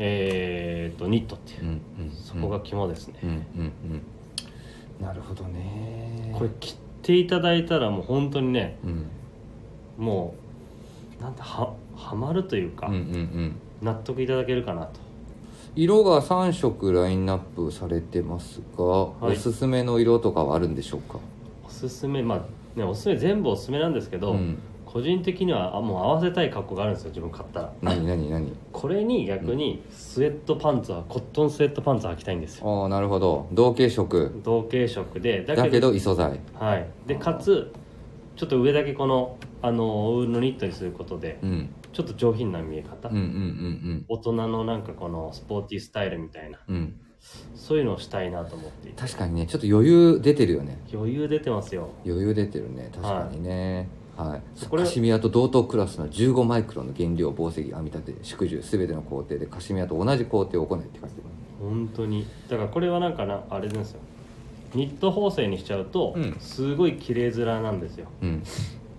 Speaker 2: えー、とニットっていうう、
Speaker 1: んうん
Speaker 2: そこが肝ですね、
Speaker 1: うんうんうんなるほどね
Speaker 2: これ切っていただいたらもう本当にね
Speaker 1: うん
Speaker 2: もうなんてははまるというか、
Speaker 1: うんうんうん
Speaker 2: 納得いただけるかなと
Speaker 1: 色が3色ラインナップされてますが、
Speaker 2: い
Speaker 1: おすすめの色とかはあるんでしょうか
Speaker 2: おすすめまあねおすすめ全部おすすめなんですけど、
Speaker 1: ん、
Speaker 2: 個人的にはあもう合わせたい格好があるんですよ自分買ったら
Speaker 1: 何何何
Speaker 2: これに逆にスウェットパンツはコットンスウェットパンツは履きたいんですよ
Speaker 1: ああなるほど同系色
Speaker 2: 同系色でだ
Speaker 1: だ
Speaker 2: けど
Speaker 1: けど異素材
Speaker 2: はい、でかつちょっと上だけこのあのウールのニットにすることで
Speaker 1: うん
Speaker 2: ちょっと上品な見え方、
Speaker 1: うんうんうん
Speaker 2: 大人のなんかこのスポーティースタイルみたいな
Speaker 1: うんうん
Speaker 2: そういうのをしたいなと思っていて
Speaker 1: 確かにねちょっと余裕出てるよね
Speaker 2: 余裕出てますよ
Speaker 1: 余裕出てるね確かにねはい、
Speaker 2: これ
Speaker 1: カシミヤと同等クラスの15マイクロンの原料紡績編み立て縮樹全ての工程でカシミヤと同じ工程を行えって書いて
Speaker 2: 本当にだからこれはなんかなあれですよニット縫製にしちゃうと
Speaker 1: うん
Speaker 2: すごい綺麗面なんですよ、
Speaker 1: あるうん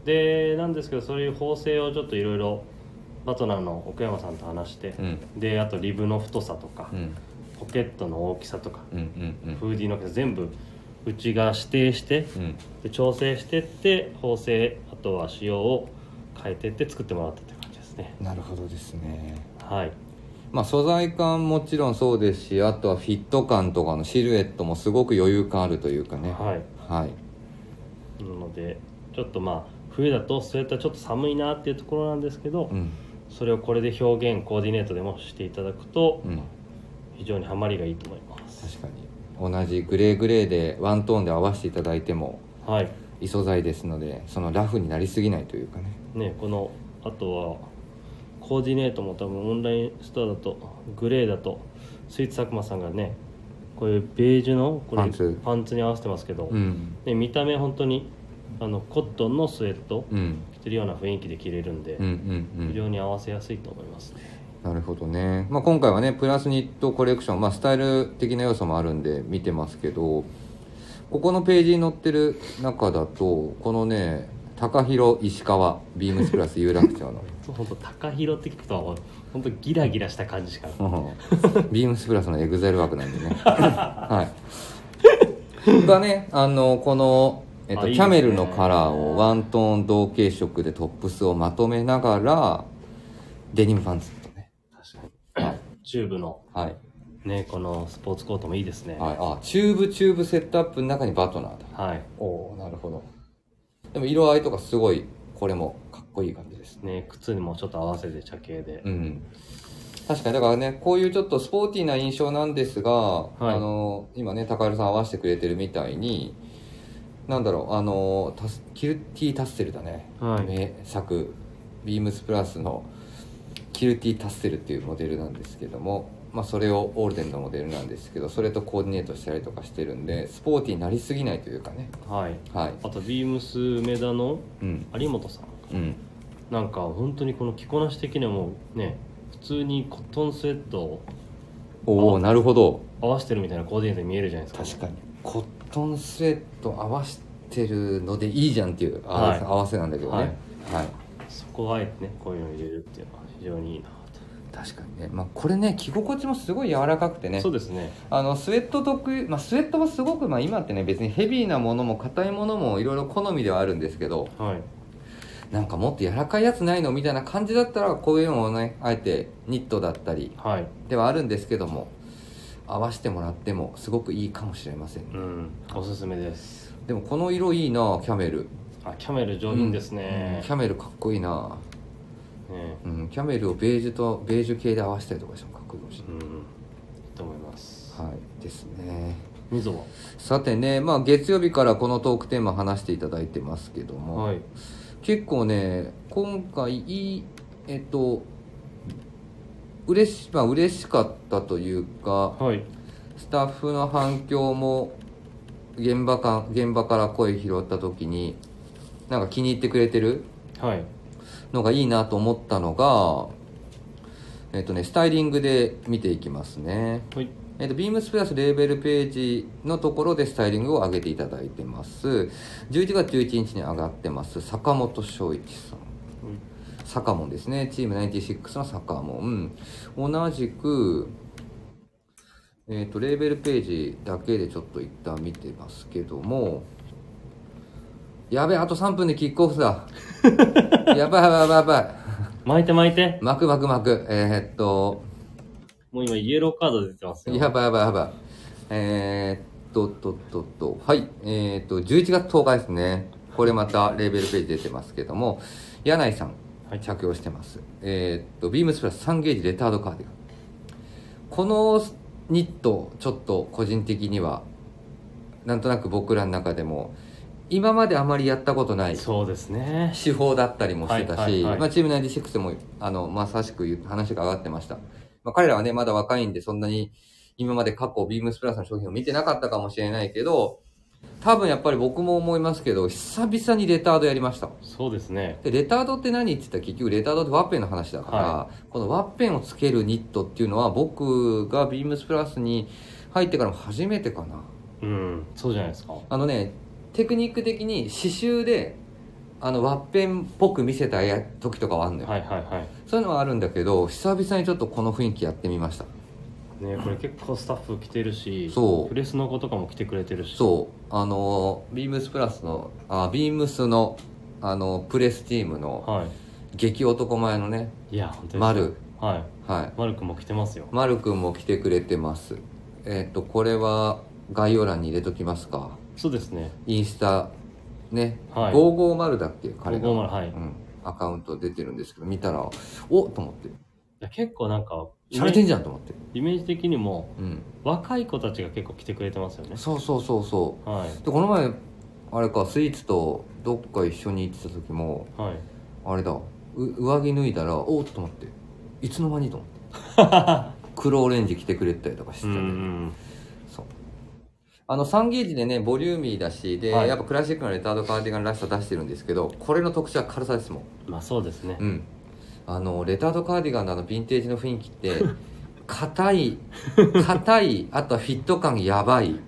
Speaker 2: でなんですけどそういう縫製をちょっといろいろバトナーの奥山さんと話して、
Speaker 1: うん
Speaker 2: であとリブの太さとか、
Speaker 1: うん
Speaker 2: ポケットの大きさとか、
Speaker 1: うんうんうん
Speaker 2: フーディーの大きさ全部うちが指定して
Speaker 1: うん
Speaker 2: で調整してって縫製あとは仕様を変えてって作ってもらったって感じですね
Speaker 1: なるほどですね
Speaker 2: はい
Speaker 1: まあ素材感もちろんそうですしあとはフィット感とかのシルエットもすごく余裕感あるというかねは
Speaker 2: はい
Speaker 1: い
Speaker 2: なのでちょっとまあ冬だとスウェットはちょっと寒いなっていうところなんですけど、
Speaker 1: うん
Speaker 2: それをこれで表現コーディネートでもしていただくと
Speaker 1: うん
Speaker 2: 非常にハマりがいいと思います、
Speaker 1: 確かに同じグレーグレーでワントーンで合わせていただいても
Speaker 2: はい
Speaker 1: 異素材ですのでそのラフになりすぎないというかね
Speaker 2: ねこのあとはコーディネートも多分オンラインストアだとグレーだとスイーツ佐久間さんがねこういうベージュのこれ
Speaker 1: パンツ
Speaker 2: に合わせてますけど、
Speaker 1: うん
Speaker 2: ね、見た目本当にあのコットンのスウェット
Speaker 1: うん
Speaker 2: 着てるような雰囲気で着れるんで、
Speaker 1: うんう
Speaker 2: 非
Speaker 1: んうん
Speaker 2: 常に合わせやすいと思いますね
Speaker 1: なるほどね、まあ、今回はねプラスニットコレクション、まあ、スタイル的な要素もあるんで見てますけどここのページに載ってる中だとこのね高広石川ビームスプラス有楽町の
Speaker 2: そう本当高広って聞くと本当ギラギラした感じしかない
Speaker 1: うん ビームスプラスのエグザイル枠なんでね はいがねあのこの、えっと
Speaker 2: あいいです
Speaker 1: キ
Speaker 2: ね
Speaker 1: ャメルのカラーをワントーン同系色でトップスをまとめながらデニムパンツとね
Speaker 2: 確か
Speaker 1: はい
Speaker 2: にチューブの
Speaker 1: はい
Speaker 2: ねこのスポーツコートもいいですね
Speaker 1: はい、あチューブチューブセットアップの中にバトナーだ
Speaker 2: はい
Speaker 1: おおなるほどでも色合いとかすごいこれもかっこいい感じですね
Speaker 2: ね、靴にもちょっと合わせて茶系で、
Speaker 1: うん確かにだからねこういうちょっとスポーティーな印象なんですが、
Speaker 2: い
Speaker 1: あの今ね高弘さん合わせてくれてるみたいになんだろうあのタスキルティータッセルだね、
Speaker 2: はい
Speaker 1: 名作ビームスプラスのキルティータッセルっていうモデルなんですけども、まあ、それをオールデンのモデルなんですけどそれとコーディネートしたりとかしてるんでスポーティーになりすぎないというかね
Speaker 2: はい
Speaker 1: はい
Speaker 2: あとビームス梅田の
Speaker 1: うん
Speaker 2: 有本さん
Speaker 1: うん
Speaker 2: なんか本当にこの着こなし的にはもうね普通にコットンスウェットを
Speaker 1: おおなるほど
Speaker 2: 合わせてるみたいなコーディネートに見えるじゃないですか
Speaker 1: 確かにコットンスウェット合わせてるのでいいじゃんっていう合わ
Speaker 2: はい
Speaker 1: せ,、なんだけどねはい、
Speaker 2: そこをあえてねこういうのを入れるっていうのは非常にいいなと、
Speaker 1: 確かにね、まあ、これね着心地もすごい柔らかくてね
Speaker 2: そうですね
Speaker 1: あのスウェット特有、まあ、スウェットはすごく、まあ、今ってね別にヘビーなものも硬いものもいろいろ好みではあるんですけど
Speaker 2: はい
Speaker 1: なんかもっと柔らかいやつないのみたいな感じだったらこういうのをねあえてニットだったり
Speaker 2: はい
Speaker 1: ではあるんですけども合わせてもらってもすごくいいかもしれません
Speaker 2: うんおすすめです
Speaker 1: でもこの色いいなキャメル
Speaker 2: あキャメル上品です
Speaker 1: うん
Speaker 2: ね
Speaker 1: キ、ャメルかっこいいな
Speaker 2: ね
Speaker 1: うん、キャメルをベージュとベージュ系で合わせたりとかしてもかっこいいかもしれ
Speaker 2: うんいいと思います
Speaker 1: ない、はい、ですね
Speaker 2: みぞ
Speaker 1: さてね、まあ、月曜日からこのトークテーマ話していただいてますけど
Speaker 2: は。
Speaker 1: も、
Speaker 2: はい。
Speaker 1: 結構ね今回いいえっと嬉し,、まあ、嬉しかったというか
Speaker 2: はい。
Speaker 1: スタッフの反響も現場か現場から声拾った時になんか気に入ってくれてる
Speaker 2: はい。
Speaker 1: のがいいなと思ったのがえっとねスタイリングで見ていきますね
Speaker 2: はい。
Speaker 1: えっと、ビームスプラスレーベルページのところでスタイリングを上げていただいてます。11月11日に上がってます、坂本翔一さん。坂門ですね。チーム96の坂門。同じく、えっ、と、レーベルページだけでちょっと一旦見てますけども、やべえ、あと3分でキックオフだ。やばいやばいやばいやばい。
Speaker 2: 巻いて巻いて。
Speaker 1: 巻く巻く巻く。えーっと、
Speaker 2: もう今、イエローカード出てますよ。
Speaker 1: やばいやばいやばい。えー、っと、と、と、と、はい。えー、っと、11月10日ですね。これまたレーベルページ出てますけども、柳井さん、
Speaker 2: はい
Speaker 1: 着用してます。えー、っと、ビームスプラス3ゲージレタードカーディガン。このニット、ちょっと個人的には、なんとなく僕らの中でも、今まであまりやったことない
Speaker 2: そうですね。
Speaker 1: 手法だったりもしてたし、
Speaker 2: はいはいはい
Speaker 1: まあ、チーム96でもあのまさしく言う話が上がってました、まあ、彼らはねまだ若いんでそんなに今まで過去ビームスプラスの商品を見てなかったかもしれないけど多分やっぱり僕も思いますけど久々にレタードやりました
Speaker 2: そうですね。
Speaker 1: でレタードって何って言ったら結局レタードってワッペンの話だから、
Speaker 2: は
Speaker 1: このワッペンをつけるニットっていうのは僕がビームスプラスに入ってからも初めてかな
Speaker 2: うん。そうじゃないですか。
Speaker 1: あのねテクニック的に刺繍であのワッペンっぽく見せたや時とかはあるのよ、
Speaker 2: はいはいはい。
Speaker 1: そういうのはあるんだけど久々にちょっとこの雰囲気やってみました
Speaker 2: ねこれ結構スタッフ来てるし、
Speaker 1: そう
Speaker 2: プレスの子とかも来てくれてるし。
Speaker 1: そうあのービームスプラスのあビームスのあのプレスチームの
Speaker 2: は
Speaker 1: 激男前のね
Speaker 2: い。いや、本当に。
Speaker 1: 丸
Speaker 2: はい。
Speaker 1: はい
Speaker 2: マルくんも来てますよ。
Speaker 1: 丸くんも来てくれてますえっ、とこれは概要欄に入れときますか
Speaker 2: そうですね。
Speaker 1: インスタね、
Speaker 2: はい
Speaker 1: 550だっけ彼が、
Speaker 2: 550はい
Speaker 1: うん、アカウント出てるんですけど見たらおっと思って
Speaker 2: いや結構なんか、イ
Speaker 1: しゃ
Speaker 2: メ
Speaker 1: れて
Speaker 2: ー
Speaker 1: ん
Speaker 2: ジ
Speaker 1: じゃんと思って、
Speaker 2: イメージ的にも、
Speaker 1: うん、
Speaker 2: 若い子たちが結構来てくれてますよね。
Speaker 1: そうそうそうそ
Speaker 2: は
Speaker 1: うでこの前あれかスイーツとどっか一緒に行ってた時も
Speaker 2: い。はい。
Speaker 1: あれだう上着脱いだらおっと思っていつの間にと思って 黒オレンジ着てくれたりとかして
Speaker 2: う
Speaker 1: たね、
Speaker 2: ん。
Speaker 1: そうあの3ゲージでねボリューミーだしで、
Speaker 2: はい
Speaker 1: やっぱクラシックのレタードカーディガンらしさ出してるんですけどこれの特徴は軽さですもん
Speaker 2: まあそうですね
Speaker 1: う。ん、あのレタードカーディガンのあのヴィンテージの雰囲気って 硬い硬いあとはフィット感やばい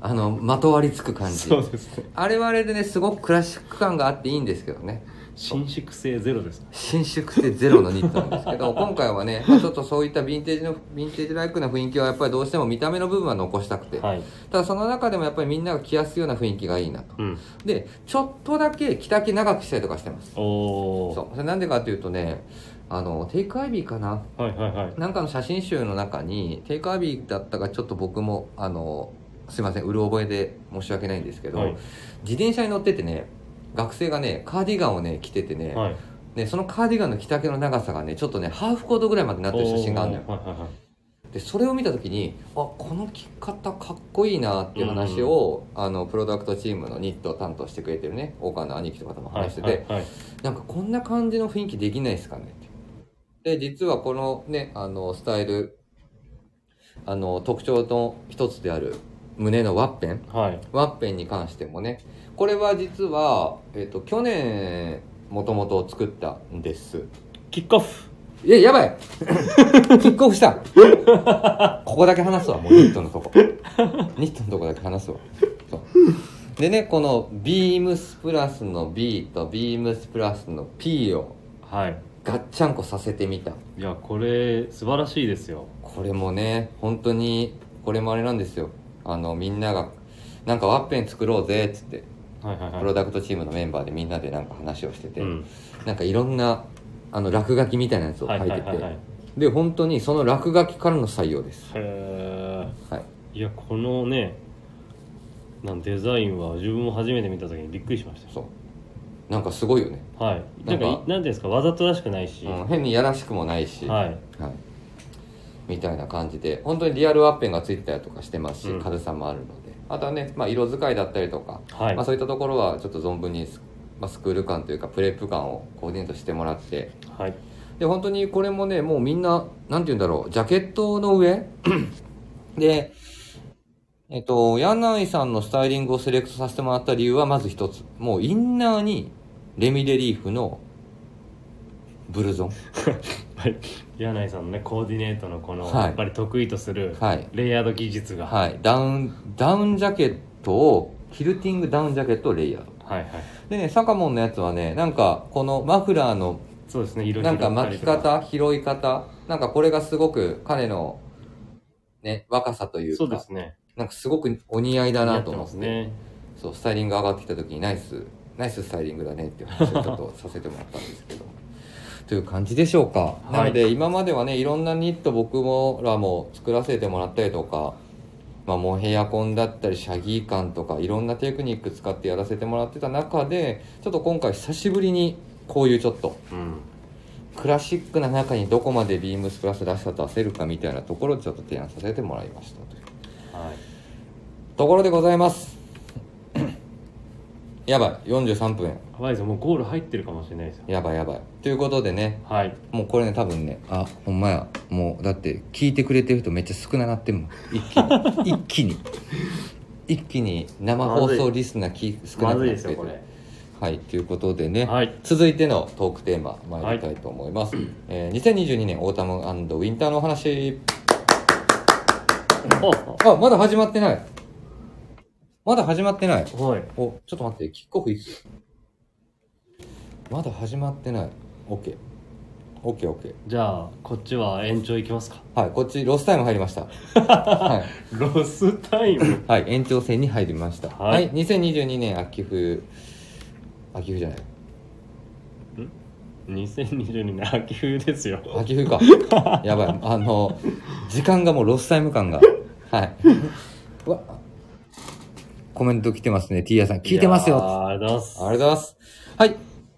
Speaker 1: あのまとわりつく感じ
Speaker 2: そうですね。
Speaker 1: あれはあれでねすごくクラシック感があっていいんですけどね
Speaker 2: 伸縮性ゼロですね。
Speaker 1: 伸縮性ゼロのニットなんですけど 今回はね、まあ、ちょっとそういったヴィンテージのヴィンテージライクな雰囲気はやっぱりどうしても見た目の部分は残したくて、
Speaker 2: はい。
Speaker 1: ただその中でもやっぱりみんなが着やすいような雰囲気がいいなと
Speaker 2: うん。
Speaker 1: でちょっとだけ着丈長くしたりとかしてます
Speaker 2: おー。
Speaker 1: そうそれなんでかっていうとねあのテイクアイビーかな
Speaker 2: はいはいはい。
Speaker 1: なんかの写真集の中にテイクアイビーだったかちょっと僕もあのすいませんうる覚えで申し訳ないんですけど、
Speaker 2: はい
Speaker 1: 自転車に乗っててね学生がねカーディガンをね着ててね,、
Speaker 2: はい。
Speaker 1: ねそのカーディガンの着丈の長さがねちょっとねハーフコートぐらいまでなってる写真があるのよ
Speaker 2: おーはいはいはい。
Speaker 1: でそれを見た時にあこの着方かっこいいなっていう話を、あのプロダクトチームのニットを担当してくれてるね大川の兄貴とかとも話してて、
Speaker 2: はいはい
Speaker 1: なんかこんな感じの雰囲気できないですかねってで、実はこのね、あの、スタイル、あの、特徴の一つである胸のワッペン。
Speaker 2: はい、はい
Speaker 1: ワッペンに関してもね、これは実は、えっ、と、去年、もともと作ったんです。
Speaker 2: キックオフ
Speaker 1: いや、やばい キックオフしたここだけ話すわ、もうニットのとこ。ニットのとこだけ話すわ。そうでね、このビームスプラスの B とビームスプラスの P を
Speaker 2: はい
Speaker 1: ガッチャンコさせてみた。
Speaker 2: いやこれ素晴らしいですよ
Speaker 1: これもね、本当に、これもあれなんですよ。あの、みんなが、なんかワッペン作ろうぜ、っつって、
Speaker 2: はいはいはい
Speaker 1: プロダクトチームのメンバーでみんなでなんか話をしてて、
Speaker 2: うん、
Speaker 1: なんかいろんな、あの、落書きみたいなやつを書
Speaker 2: はいい
Speaker 1: て
Speaker 2: は
Speaker 1: て、
Speaker 2: いはいはい
Speaker 1: で本当にその落書きからの採用です、
Speaker 2: へ
Speaker 1: はい、
Speaker 2: ーいやこのねなんデザインは自分も初めて見た時にびっくりしました
Speaker 1: そうなんかすごいよね、
Speaker 2: はい
Speaker 1: な
Speaker 2: なんん
Speaker 1: か
Speaker 2: かなんていうんですかわざとらしくないし、
Speaker 1: うん、変にやらしくもないし、
Speaker 2: はい
Speaker 1: はいみたいな感じで本当にリアルアッペンがついてたりとかしてますし、
Speaker 2: うん
Speaker 1: 軽さもあるのであとはね、まあ、色使いだったりとか、
Speaker 2: はい
Speaker 1: まあ、そういったところはちょっと存分にス,、まあ、スクール感というかプレープ感をコーディネートしてもらって
Speaker 2: はい
Speaker 1: で本当にこれもねもうみんななんて言うんだろうジャケットの上 でえっと柳井さんのスタイリングをセレクトさせてもらった理由はまず一つもうインナーにレミレリーフのブルゾン
Speaker 2: はい柳井さんのねコーディネートのこの、
Speaker 1: はい
Speaker 2: やっぱり得意とする
Speaker 1: はい
Speaker 2: レイヤード技術が、
Speaker 1: はいダウンダウンジャケットをキルティングダウンジャケットをレイヤード
Speaker 2: はい、はい
Speaker 1: でねサカモンのやつはねなんかこのマフラーの
Speaker 2: そうですね色
Speaker 1: な
Speaker 2: 々
Speaker 1: んか巻き方拾い方なんかこれがすごく彼のね若さというか
Speaker 2: そうですね
Speaker 1: なんかすごくお似合いだなと思って
Speaker 2: 似合てま
Speaker 1: そうスタイリング上がってきた時にナイスナイススタイリングだねっていう話をちょっとさせてもらったんですけどという感じでしょうか、
Speaker 2: い
Speaker 1: なので今まではねいろんなニット僕もらも作らせてもらったりとか、まあ、モヘアコンだったりシャギー感とかいろんなテクニック使ってやらせてもらってた中でちょっと今回久しぶりにこういうちょっと
Speaker 2: すねうん
Speaker 1: クラシックな中にどこまでビームスプラスらしさ出せるかみたいなところをちょっと提案させてもらいましたという
Speaker 2: はい
Speaker 1: ところでございます やばい43分
Speaker 2: やばいですよもうゴール入ってるかもしれないですよ
Speaker 1: やばいやばいということでね
Speaker 2: はい
Speaker 1: もうこれね多分ねあほんまやもうだって聞いてくれてる人めっちゃ少ななってんもん一気 に一気に一気に生放送リスナーき少な
Speaker 2: ま
Speaker 1: くなっ
Speaker 2: ず
Speaker 1: て
Speaker 2: いで
Speaker 1: る
Speaker 2: すよこれ
Speaker 1: はいということでね、
Speaker 2: はい
Speaker 1: 続いてのトークテーマ参りたいと思います、えー2022年オータムウィンターのお話
Speaker 2: お
Speaker 1: あまだ始まってないまだ始まってない
Speaker 2: おはい
Speaker 1: お、ちょっと待って、キックオフいつまだ始まってない。OK。OK、OK。
Speaker 2: じゃあこっちは延長いきますか
Speaker 1: はい、こっち、ロスタイム入りました。は
Speaker 2: ロスタイム
Speaker 1: い、はい、延長戦に入りました。は、
Speaker 2: はいい
Speaker 1: 2022年秋冬、秋冬じゃない。
Speaker 2: 2022年秋冬ですよ
Speaker 1: 秋冬か。やばい、あの、時間がもうロスタイム感が。はい。うわコメント来てますね、ティーヤさん。聞いてますよ
Speaker 2: やーありがとうございます
Speaker 1: ありがとうございます。はい。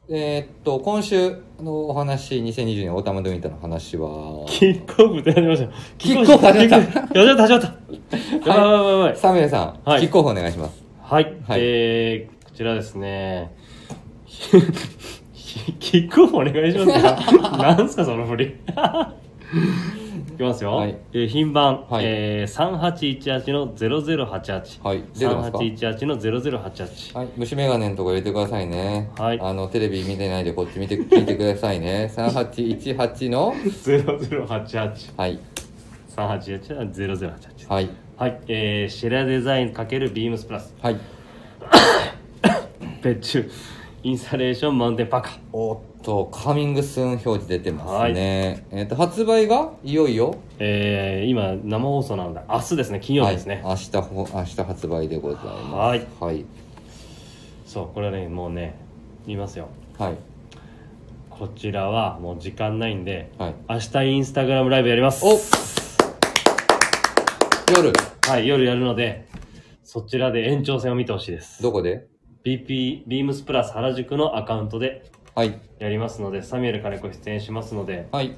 Speaker 1: えーっと、今週のお話、2020年オータムドウィンターの話は、
Speaker 2: キックオフって始めました
Speaker 1: キックオフ始めた
Speaker 2: キックオフ始めた始めたやばいやばいやばい
Speaker 1: サミュエルさん、
Speaker 2: はい
Speaker 1: キックオフお願いします。
Speaker 2: はい、
Speaker 1: はい
Speaker 2: えー、こちらですね。 キックオフお願いします よ。なんすか、その振り。いきますよ。
Speaker 1: はい
Speaker 2: えー品番、
Speaker 1: はい
Speaker 2: えー、3818の0088。
Speaker 1: はい出てますか
Speaker 2: 3818の 0088。
Speaker 1: はい。虫眼鏡のとこ入れてくださいね。
Speaker 2: はい
Speaker 1: あの、テレビ見てないでこっち見て、聞いてください ね。3818の、
Speaker 2: 0088。
Speaker 1: はい。
Speaker 2: 3818の0088。
Speaker 1: はい。
Speaker 2: はい、えー、シェラデザイン×ビームスプラス。
Speaker 1: はい。
Speaker 2: 別注、インスタレーションマウンテンパーカー。
Speaker 1: おっと、カミングスーン表示出てますね。えーっと、発売がいよいよ、
Speaker 2: えー、今、生放送なので、明日ですね、金曜日ですね。
Speaker 1: はい。明日ほ、明日発売でございます。
Speaker 2: はい。
Speaker 1: はい。
Speaker 2: そうこれはねもうね言いますよ
Speaker 1: はい。
Speaker 2: こちらはもう時間ないんで
Speaker 1: はい。
Speaker 2: 明日インスタグラムライブやります
Speaker 1: お夜、
Speaker 2: はい夜やるのでそちらで延長戦を見てほしいです
Speaker 1: どこで
Speaker 2: BP ビームスプラス原宿のアカウントで
Speaker 1: はい。
Speaker 2: やりますのでサミュエル金子出演しますので
Speaker 1: はい。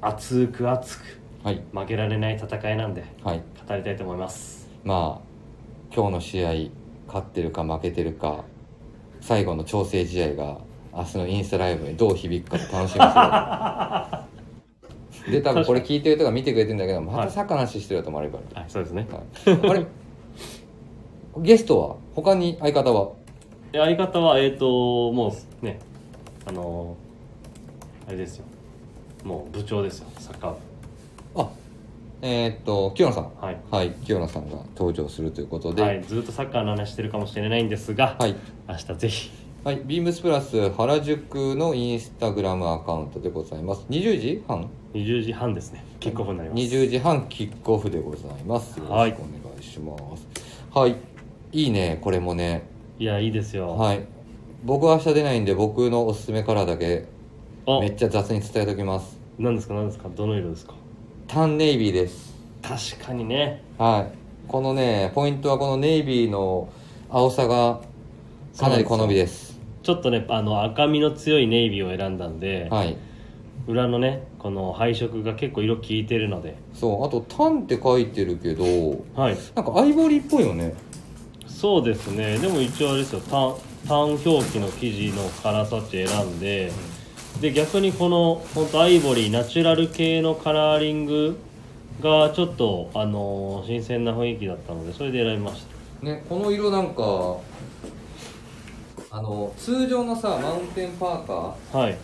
Speaker 2: 熱く熱く
Speaker 1: はい。
Speaker 2: 負けられない戦いなんで
Speaker 1: はい。
Speaker 2: 語りたいと思います
Speaker 1: まあ、今日の試合、勝ってるか負けてるか、最後の調整試合が、明日のインスタライブにどう響くか楽しみ ですよ。で、多分これ聞いてる人が見てくれてるんだけど、またサッカーの話してると思われるか
Speaker 2: はいそうですね
Speaker 1: ら。はいあれゲストは他に相方は
Speaker 2: で相方はえっ、ー、ともうねあのーあれですよもう部長ですよサッカー
Speaker 1: あ、えーっと、清野さん。
Speaker 2: 部はい
Speaker 1: はい、清野さんが登場するということで、
Speaker 2: はい、ずっとサッカーの話してるかもしれないんですが、
Speaker 1: はい
Speaker 2: 明日ぜひ
Speaker 1: はい、ビームスプラス原宿のインスタグラムアカウントでございます。20時半
Speaker 2: 20時半ですねキックオフになります
Speaker 1: 20時半キックオフでございます。よろ
Speaker 2: はい
Speaker 1: しくお願いします。はい、いいね、これもね。
Speaker 2: いやいいですよ、
Speaker 1: はい、僕は明日出ないんで、僕のおすすめカラーだけ
Speaker 2: あ
Speaker 1: めっちゃ雑に伝えておきます。
Speaker 2: 何ですか何ですかどの色ですか
Speaker 1: タンネイビーです。
Speaker 2: 確かにね
Speaker 1: はい、このね、ポイントはこのネイビーの青さがかなり好みです。
Speaker 2: ちょっとねあの赤みの強いネイビーを選んだんで、
Speaker 1: はい、
Speaker 2: 裏のねこの配色が結構色効いてるので
Speaker 1: そうあと「タン」って書いてるけど
Speaker 2: はい
Speaker 1: なんかアイボリーっぽいよね
Speaker 2: そうですねでも一応あれですよ単単表記の生地のカラーサッチ選んで、で逆にこの本当アイボリーナチュラル系のカラーリングがちょっとあのー新鮮な雰囲気だったのでそれで選びました
Speaker 1: ねこの色なんかあの通常のさマウンテンパーカ
Speaker 2: はい、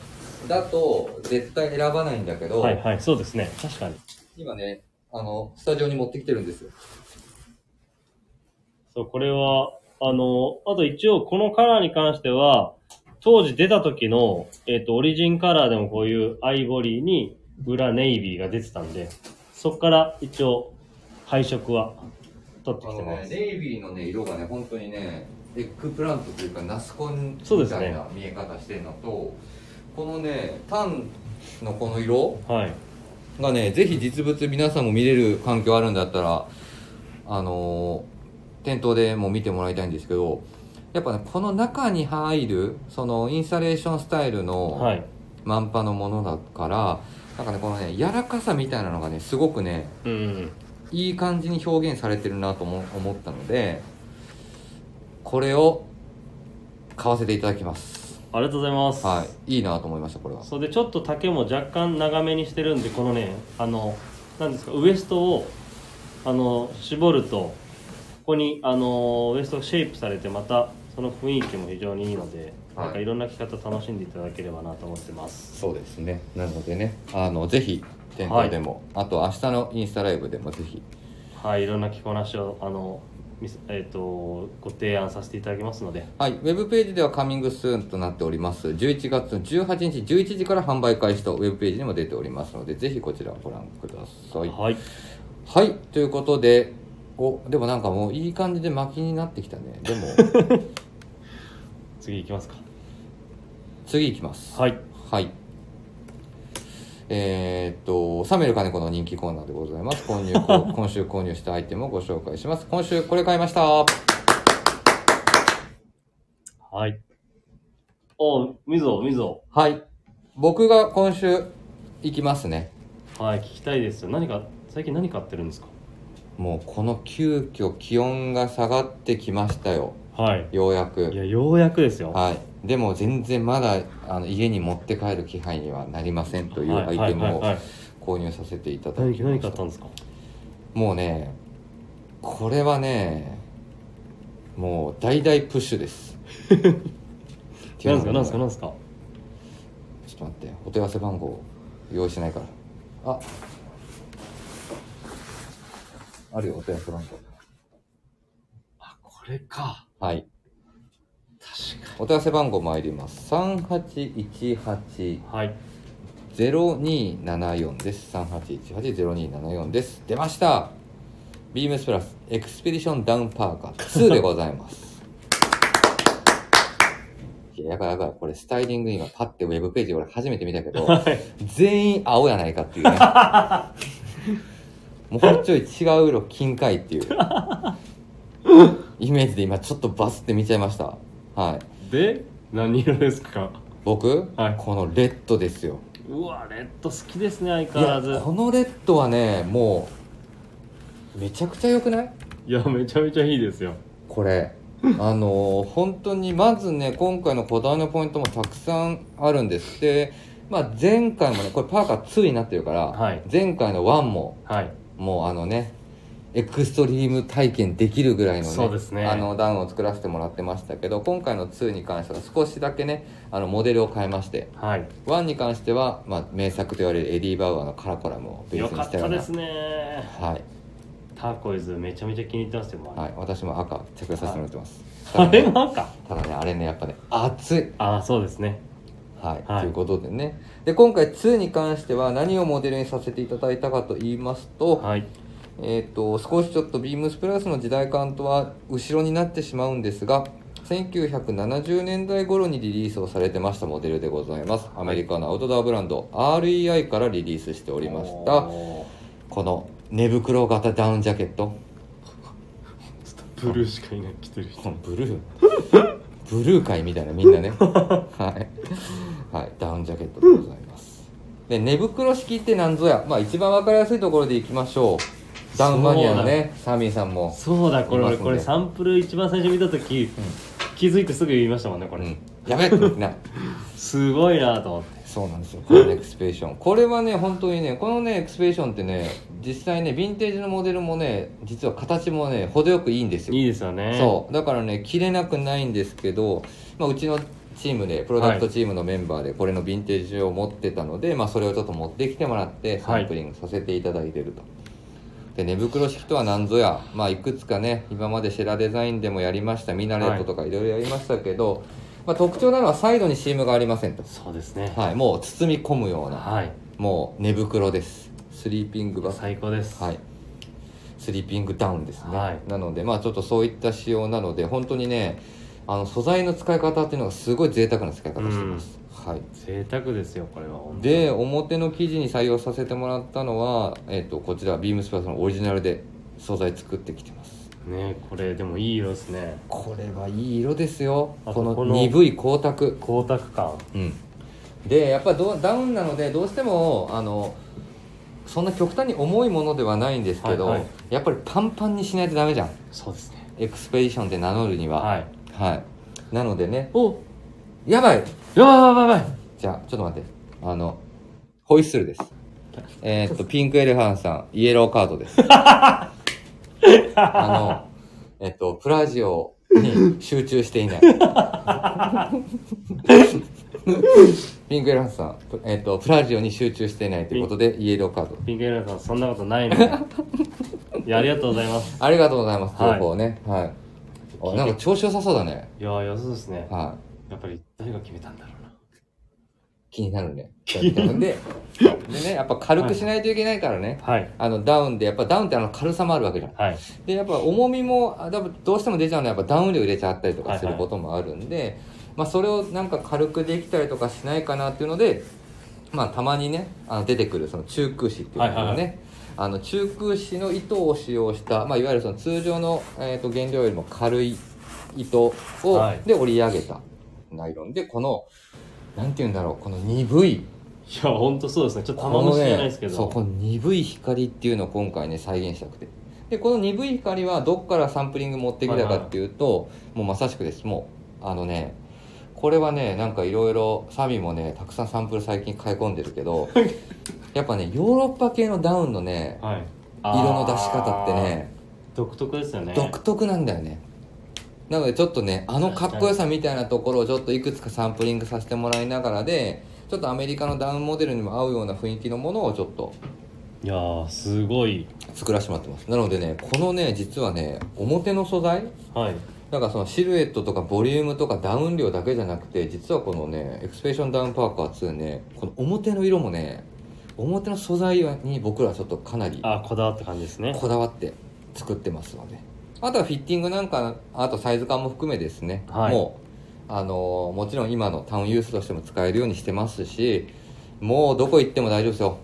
Speaker 1: ーだと絶対選ばないんだけど、
Speaker 2: はいはいそうですね確かに
Speaker 1: 今ねあのスタジオに持ってきてるんですよ
Speaker 2: そうこれはあのーあと一応このカラーに関しては当時出た時の、えっとオリジンカラーでもこういうアイボリーに裏ネイビーが出てたんでそこから一応配色は取って
Speaker 1: あ
Speaker 2: きて
Speaker 1: の
Speaker 2: ま
Speaker 1: ね
Speaker 2: す
Speaker 1: ネイビーのね色がね本当にねエッグプラントというかナスコン
Speaker 2: そう
Speaker 1: み
Speaker 2: ですね
Speaker 1: たいな見え方してるのと、このねタンのこの色
Speaker 2: はい
Speaker 1: がねぜひ実物皆さんも見れる環境あるんだったらあのー店頭でも見てもらいたいんですけどやっぱねこの中に入るそのインスタレーションスタイル
Speaker 2: は
Speaker 1: の
Speaker 2: い
Speaker 1: マンパのものだから、なんかねこのね柔らかさみたいなのがねすごくね
Speaker 2: うん
Speaker 1: いい感じに表現されてるなとも思ったのでこれを買わせていただきます
Speaker 2: ありがとうございます、
Speaker 1: はいいいなと思いましたこれは
Speaker 2: それでちょっと丈も若干長めにしてるんでこのねあのなんですかウエストをあの絞るとここにあのウエストがシェイプされてまたその雰囲気も非常にいいので、
Speaker 1: はい
Speaker 2: なんかいろんな着方楽しんでいただければなと思ってます
Speaker 1: そうですねなのでねあのぜひ店頭でも、あと明日のインスタライブでもぜひ
Speaker 2: はいいろんな着こなしをあのみすえっ、とご提案させていただきますので
Speaker 1: はい、ウェブページではカミングスーンとなっております11月の18日11時から販売開始とウェブページにも出ておりますのでぜひこちらをご覧ください
Speaker 2: はい
Speaker 1: はい、ということで、お、でもなんかもういい感じで巻きになってきたね。で も、
Speaker 2: 次いきますか
Speaker 1: 次いきます。
Speaker 2: はい
Speaker 1: はい。えーっと、冷める金子の人気コーナーでございます。購入、 こ今週購入したアイテムをご紹介します。今週これ買いました。
Speaker 2: はいおみぞみぞ
Speaker 1: はい。僕が今週行きますね。
Speaker 2: はい聞きたいです何か最近何買ってるんですか
Speaker 1: もうこの急遽気温が下がってきましたよ。
Speaker 2: はい
Speaker 1: ようや
Speaker 2: い
Speaker 1: く。
Speaker 2: やようやくですよ
Speaker 1: はい。でも全然まだあの家に持って帰る気配にはなりませんというアイテムを
Speaker 2: はいはいはいはい
Speaker 1: 購入させていただきました
Speaker 2: 何何買ったんですか
Speaker 1: もうねこれはねもう大大プッシュです っていう
Speaker 2: 何です
Speaker 1: の
Speaker 2: か何
Speaker 1: が
Speaker 2: ですか何ですか
Speaker 1: ちょっと待ってお問い合わせ番号用意してないからああるよお問い合わせ番
Speaker 2: あこれか
Speaker 1: 号はい
Speaker 2: 確か
Speaker 1: お問い合わせ番号参ります3818
Speaker 2: にはい
Speaker 1: 0274です3818-0274です出ましたビームスプラスエクスペディションダウンパーカー2でございますいややばいやばいこれスタイリング今パッてウェブページ俺初めて見たけど 全員青やないかっていうね もうこれちょい違う色金塊っていうイメージで今ちょっとバスって見ちゃいましたはい
Speaker 2: で何色ですか
Speaker 1: 僕、
Speaker 2: はい
Speaker 1: このレッドですよ
Speaker 2: うわレッド好きですね相
Speaker 1: い
Speaker 2: 変わら
Speaker 1: や
Speaker 2: ず
Speaker 1: このレッドはねもうめちゃくちゃ良くない
Speaker 2: いやめちゃめちゃいいですよ
Speaker 1: これあのー本当にまずね今回のこだわりのポイントもたくさんあるんですで、まあ、前回もねこれパーカー2になってるから、
Speaker 2: はい
Speaker 1: 前回の1も
Speaker 2: はい
Speaker 1: もうあのねエクストリーム体験できるぐらいのね
Speaker 2: そうですね
Speaker 1: あのダウンを作らせてもらってましたけど今回の2に関しては少しだけねあのモデルを変えまして
Speaker 2: はい
Speaker 1: 1に関しては、まあ、名作と言われるエディ・バウアーのカラコラムをベー
Speaker 2: よ
Speaker 1: スに
Speaker 2: か
Speaker 1: し
Speaker 2: った
Speaker 1: よ
Speaker 2: た
Speaker 1: うな
Speaker 2: ですね
Speaker 1: はい
Speaker 2: ターコイズめちゃめちゃ気に入ってますよ、
Speaker 1: はい、私も赤着用させてもらってます。
Speaker 2: あれ
Speaker 1: ただね
Speaker 2: も赤
Speaker 1: ただね、あれね、やっぱね、熱い。
Speaker 2: あそうですね
Speaker 1: はい、
Speaker 2: はい
Speaker 1: ということでね。で、今回2に関しては何をモデルにさせていただいたかと言いますと、
Speaker 2: はい
Speaker 1: えっ、と、少しちょっとビームスプラスの時代感とは後ろになってしまうんですが、1970年代頃にリリースをされてましたモデルでございます。アメリカのアウトドアブランド REI からリリースしてお
Speaker 2: お
Speaker 1: りました。この寝袋型ダウンジャケット。
Speaker 2: ちょっとブルーしかいない着てる人
Speaker 1: このブルーブルー界みたいなみんなねはい、はい、ダウンジャケットでございますで寝袋式って何ぞや、まあ、一番分かりやすいところでいきましょうダウンマニアのねサーミーさんも、
Speaker 2: そうだこ
Speaker 1: い
Speaker 2: れ
Speaker 1: ます
Speaker 2: 俺
Speaker 1: ね
Speaker 2: これサンプル一番最初見た時、気づいてすぐ言いましたもんねこ
Speaker 1: う
Speaker 2: れ、
Speaker 1: ん、やべえって思ってな
Speaker 2: すごいなと思って
Speaker 1: そうなんですよこのエクスペーションこれはね本当にねこのねエクスペーションってね実際ねヴィンテージのモデルもね実は形もね程よくいいんですよ
Speaker 2: いいですよね
Speaker 1: そうだからね切れなくないんですけど、まあ、うちのチームでプロダクトチームのメンバーでこれのヴィンテージを持ってたので、まあ、それをちょっと持ってきてもらってサンプリングさせていただいてると、で寝袋式とは何ぞや、まあ、いくつかね今までシェラデザインでもやりましたミナレットとかいろいろやりましたけど、まあ、特徴なのはサイドにシームがありませんと、
Speaker 2: そうですね
Speaker 1: はい、もう包み込むような
Speaker 2: はい
Speaker 1: もう寝袋ですスリーピングバッグ
Speaker 2: 最高です、
Speaker 1: はい、スリーピングダウンですね、
Speaker 2: はい
Speaker 1: なのでまあちょっとそういった仕様なので本当にねあの素材の使い方っていうのがすごい贅沢な使い方してます、はい、
Speaker 2: 贅沢ですよこれは本当に
Speaker 1: で表の生地に採用させてもらったのは、えっとこちらビームスプラスのオリジナルで素材作ってきてます
Speaker 2: ねこれでもいい色ですね
Speaker 1: これはいい色ですよ
Speaker 2: あと
Speaker 1: この
Speaker 2: この
Speaker 1: 鈍い光沢
Speaker 2: 光沢感
Speaker 1: うん、でやっぱりどうダウンなのでどうしてもあのそんな極端に重いものではないんですけど、
Speaker 2: はいはい
Speaker 1: やっぱりパンパンにしないとダメじゃん
Speaker 2: そうですね
Speaker 1: エクスペディションで名乗るには
Speaker 2: はい
Speaker 1: はいなのでね
Speaker 2: お
Speaker 1: やばい
Speaker 2: やばいやばいやばい
Speaker 1: じゃあちょっと待ってあのホイッスルですえーっとピンクエレファンさんイエローカードです あのえっとプラジオに集中して いないピンクエレファンさん、えっとプラジオに集中していないということでイエローカード
Speaker 2: ピンクエレファントそんなことないのでいやありがとうございます
Speaker 1: ありがとうございます
Speaker 2: はい
Speaker 1: 情報をねはい、あなんか調子良さそうだね
Speaker 2: いやー良さそうですね
Speaker 1: はい
Speaker 2: やっぱり誰が決めたんだろうな
Speaker 1: 気になるね。 で、でね、やっぱ軽くしないといけないからね。
Speaker 2: はい
Speaker 1: あのダウンで、やっぱダウンってあの軽さもあるわけじゃん。
Speaker 2: はい
Speaker 1: で、やっぱ重みも、あだどうしても出ちゃうのはやっぱダウン量入れちゃったりとかすることもあるんで、まあそれをなんか軽くできたりとかしないかなっていうので、まあたまにね、あの出てくるその中空糸っていうのがね、
Speaker 2: はいはいは
Speaker 1: あの中空糸の糸を使用した、まあいわゆるその通常の、えー、と原料よりも軽い糸を、
Speaker 2: はい
Speaker 1: で織り上げたナイロンで、この、なんて言うんだろう、この鈍い、
Speaker 2: いや本当そうですねちょっと
Speaker 1: こ
Speaker 2: 玉
Speaker 1: の
Speaker 2: 虫じゃ
Speaker 1: ね
Speaker 2: ないですけど
Speaker 1: そうこの鈍い光っていうのを今回ね再現したくてでこの鈍い光はどっからサンプリング持ってきたかっていうと、もうまさしくですもうあのねこれはねなんかいろいろサミもねたくさんサンプル最近買い込んでるけ どやっぱねヨーロッパ系のダウンのね
Speaker 2: はい
Speaker 1: 色の出し方ってね
Speaker 2: 独特ですよね
Speaker 1: 独特なんだよねなのでちょっとねあのかっこよさみたいなところをちょっといくつかサンプリングさせてもらいながらでちょっとアメリカのダウンモデルにも合うような雰囲気のものをちょっと
Speaker 2: いやーすごい
Speaker 1: 作らせてもらってますなのでねこのね実はね表の素材
Speaker 2: はい
Speaker 1: なんかそのシルエットとかボリュームとかダウン量だけじゃなくて実はこのねエクスペーションダウンパーカー2ねこの表の色もね表の素材に僕らちょっとかなり
Speaker 2: あーこだわった感じですね
Speaker 1: こだわって作ってますのであとはフィッティングなんかあとサイズ感も含めですね、
Speaker 2: はい
Speaker 1: もうあのーもちろん今のタウンユースとしても使えるようにしてますしもうどこ行っても大丈夫ですよ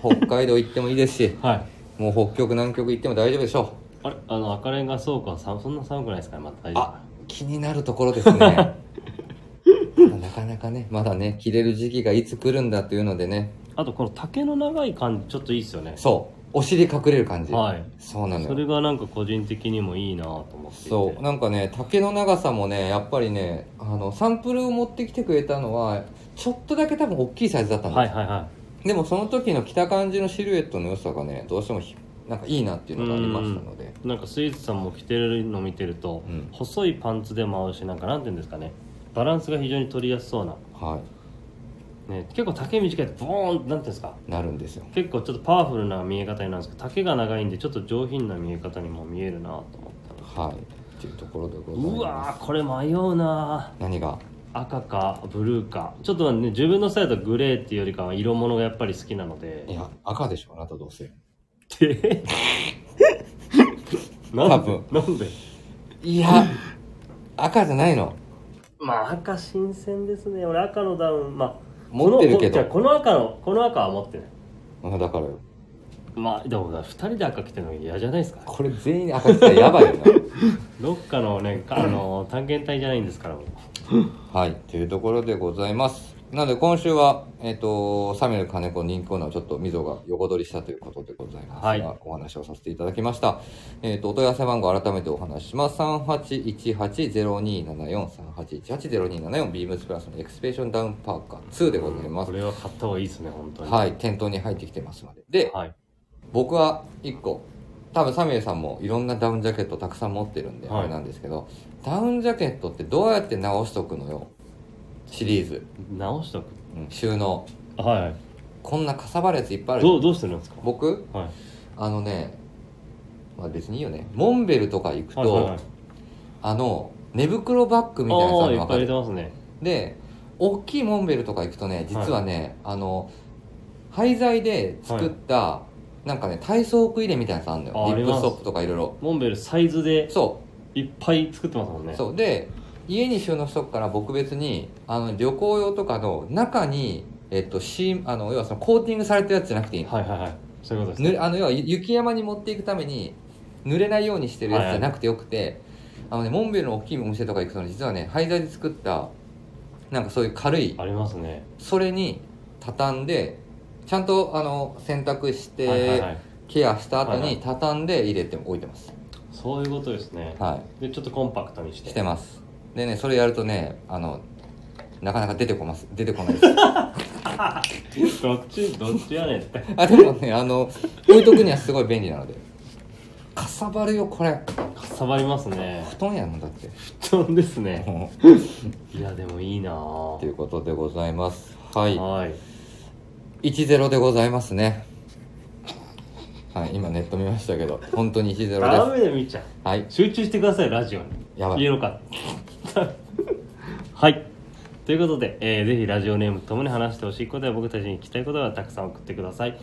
Speaker 1: 北海道行ってもいいですし
Speaker 2: はい
Speaker 1: もう北極南極行っても大丈夫でしょ
Speaker 2: あれあの赤レンガ倉庫はさそんな寒くないですかねまた大
Speaker 1: う
Speaker 2: 丈夫
Speaker 1: あ気になるところですね なかなかねまだね着れる時期がいつ来るんだというのでね
Speaker 2: あとこの丈の長い感じちょっといいですよね
Speaker 1: そうお尻隠れる感じ、
Speaker 2: はい
Speaker 1: そうなのよ
Speaker 2: それがなんか個人的にもいいなと思っていて
Speaker 1: そうなんかね丈の長さもねやっぱりねあのサンプルを持ってきてくれたのはちょっとだけ多分大きいサイズだったんだ、
Speaker 2: はいはいは
Speaker 1: でもその時の着た感じのシルエットの良さがねどうしてもひなんかいいなっていうのがありましたので
Speaker 2: いなんかスイーツさんも着てるの見てると、
Speaker 1: うん
Speaker 2: 細いパンツでも合うしなんかなんて言うんですかねバランスが非常に取りやすそうな、
Speaker 1: は
Speaker 2: ね、結構丈短いとボーンってなんていうんですか
Speaker 1: いなるんですよ
Speaker 2: 結構ちょっとパワフルな見え方になるんですけど丈が長いんでちょっと上品な見え方にも見えるなと思ったの
Speaker 1: はいっていうところでございます
Speaker 2: うわーこれ迷うな
Speaker 1: 何が
Speaker 2: 赤かブルーかちょっとね自分のサイズはグレーっていうよりかは色物がやっぱり好きなので
Speaker 1: いや赤でしょあなたどうせ
Speaker 2: って
Speaker 1: 多
Speaker 2: なんで
Speaker 1: 分
Speaker 2: なんで
Speaker 1: い や赤じゃないの
Speaker 2: まあ赤新鮮ですね俺赤のダウンまあ
Speaker 1: 持ってるけど
Speaker 2: このこじゃあこの赤のこの赤は持ってない
Speaker 1: あだからよ
Speaker 2: まあでも2人で赤着てるの嫌じゃないですか
Speaker 1: これ全員赤着たらやばい よ
Speaker 2: どっかのねあの探検隊じゃないんですからもう
Speaker 1: なはいというところでございますなので今週は、えっとサミュエル金子の人気コーナーをちょっと溝が横取りしたということでございますが、
Speaker 2: はい
Speaker 1: お話をさせていただきました、えっとお問い合わせ番号改めてお話しします3818027438180274ビームスプラスのエクスペーションダウンパーカー2でございます
Speaker 2: こ、れは買った方がいいですね本当に
Speaker 1: はい店頭に入ってきてますのでで、
Speaker 2: はい
Speaker 1: 僕は1個多分サミュエルさんもいろんなダウンジャケットたくさん持ってるんで、
Speaker 2: は
Speaker 1: あ
Speaker 2: い
Speaker 1: れなんですけどダウンジャケットってどうやって直しとくのよシリーズ、
Speaker 2: 直しとく
Speaker 1: うん収納
Speaker 2: は
Speaker 1: こんなかさばるやついっぱいあ
Speaker 2: い
Speaker 1: る
Speaker 2: どうどうしてるんですか
Speaker 1: 僕
Speaker 2: はい
Speaker 1: あのね、まあ、別にいいよねモンベルとか行くと、
Speaker 2: はいはいはい
Speaker 1: あの寝袋バッグみたいなやつあ
Speaker 2: ああ
Speaker 1: る
Speaker 2: いっ
Speaker 1: の分
Speaker 2: ぱい
Speaker 1: か
Speaker 2: 入れて
Speaker 1: る
Speaker 2: ますね
Speaker 1: で大きいモンベルとか行くとね実はね、あの廃材で作った、なんかね体操服入れみたいなやつあるの
Speaker 2: ああ
Speaker 1: よ
Speaker 2: り
Speaker 1: リップ
Speaker 2: ます
Speaker 1: ストップとかいろいろ
Speaker 2: モンベルサイズで
Speaker 1: そう
Speaker 2: いっぱい作ってますもんね
Speaker 1: そうで家に収納しとくから僕別にあの旅行用とかの中に、えっと、シーあの要はそのコーティングされたやつじゃなくていいの,
Speaker 2: はいはいはいそういうことです
Speaker 1: ぬ、
Speaker 2: ね
Speaker 1: あの要は雪山に持っていくために濡れないようにしてるやつじゃなくてよくて、あのね、モンベルの大きいお店とか行くとね実はね廃材で作ったなんかそういう軽い
Speaker 2: ありますね
Speaker 1: それに畳んでちゃんとあの洗濯し
Speaker 2: はいはいは
Speaker 1: て
Speaker 2: い
Speaker 1: ケアした後
Speaker 2: はいは
Speaker 1: に
Speaker 2: い
Speaker 1: 畳んで入れて置いてます
Speaker 2: そういうことですね
Speaker 1: はい
Speaker 2: でちょっとコンパクトにして
Speaker 1: してますでねそれやるとねあのなかなか出てこます出てこないです
Speaker 2: どっちどっちやねんって
Speaker 1: あでもねあの置いとくにはすごい便利なのでかさばるよこれ
Speaker 2: かさばりますね
Speaker 1: 布団やもんだって
Speaker 2: 布団ですね
Speaker 1: もう
Speaker 2: いやでもいいなぁ
Speaker 1: ということでございますはい
Speaker 2: はい
Speaker 1: 10でございますねはい今ネット見ましたけど本当に
Speaker 2: ダ
Speaker 1: 10です
Speaker 2: メだみーちゃん
Speaker 1: はい
Speaker 2: 集中してくださいラジオに
Speaker 1: やばい
Speaker 2: 言えろかはいということで、えーぜひラジオネームともに話してほしいことや僕たちに聞きたいことがたくさん送ってください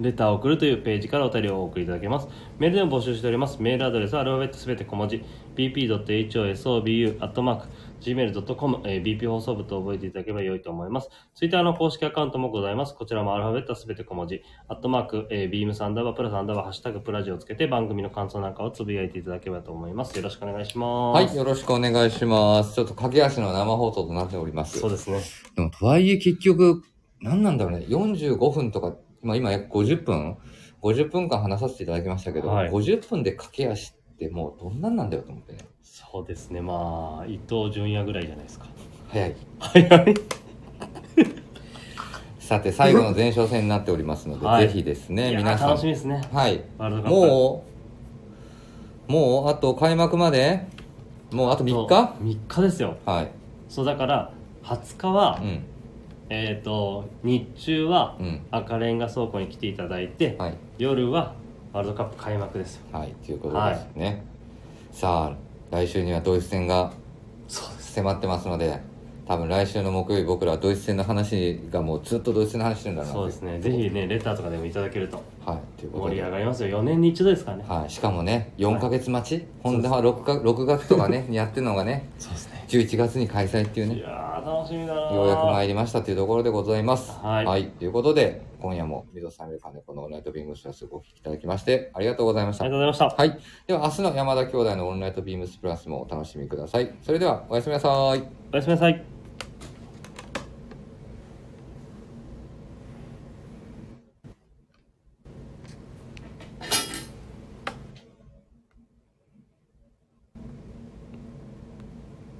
Speaker 2: レターを送るというページからお便りをお送りいただけますメールでも募集しておりますメールアドレスはアルファベットすべて小文字 bp.hosobu.gmail.com、えー bp 放送部と覚えていただければ良いと思いますツイッターの公式アカウントもございますこちらもアルファベットすべて小文字アットマーク、えー、ビームサンダーバープラスアンダーバーハッシュタグプラジをつけて番組の感想なんかをつぶやいていただければと思いますよろしくお願いします
Speaker 1: はいよろしくお願いしますちょっと駆け足の生放送となっております
Speaker 2: そうですね
Speaker 1: でも、とはいえ結局、何なんだろうね、45分とか、まあ今約50分 ?50 分間話させていただきましたけど、
Speaker 2: はい
Speaker 1: 50分で駆け足ってもうどんなんなんだよと思ってね。
Speaker 2: そうですねまあ伊藤純也ぐらいじゃないですか
Speaker 1: 早い。
Speaker 2: はいはい
Speaker 1: さて、最後の前哨戦になっておりますので、
Speaker 2: はい
Speaker 1: ぜひです
Speaker 2: い
Speaker 1: ね、
Speaker 2: や
Speaker 1: 皆さ
Speaker 2: 楽し
Speaker 1: ん。
Speaker 2: みですね
Speaker 1: はい。
Speaker 2: ワールドカップ
Speaker 1: もう、もう、あと開幕まで、もうあと3日
Speaker 2: そう3日ですよ
Speaker 1: はい。
Speaker 2: そうだから20日は、
Speaker 1: うん。
Speaker 2: えっ、と日中は
Speaker 1: うん。
Speaker 2: 赤レンガ倉庫に来ていただいて、
Speaker 1: はい。
Speaker 2: 夜はワールドカップ開幕ですよ
Speaker 1: はい。ということですね。さあ、来週にはドイツ戦が
Speaker 2: そうです
Speaker 1: 迫ってますので多分来週の木曜日僕らはドイツ戦の話がもうずっとドイツ戦の話してるんだろうな
Speaker 2: そうですねぜひねレターとかでもいただけると
Speaker 1: はいということ
Speaker 2: 盛り
Speaker 1: で
Speaker 2: 上がりますよ4年に一度ですからね
Speaker 1: はい、しかもね4ヶ月待ち、ホンダは 6, か6月とか ねやってるのがね
Speaker 2: そうですね
Speaker 1: 11月に開催っていうね
Speaker 2: いやー楽しみだなー
Speaker 1: ようやく参りましたというところでございます
Speaker 2: はい
Speaker 1: ということで今夜も水戸さんより金子のオンライトビームスプラスご聞きいただきましてありがとうございまし
Speaker 2: あ
Speaker 1: た
Speaker 2: りがとうございました
Speaker 1: はいでは明日の山田兄弟のオンライトビームスプラスもお楽しみくださいそれではおやすみなさい
Speaker 2: おやすみなさい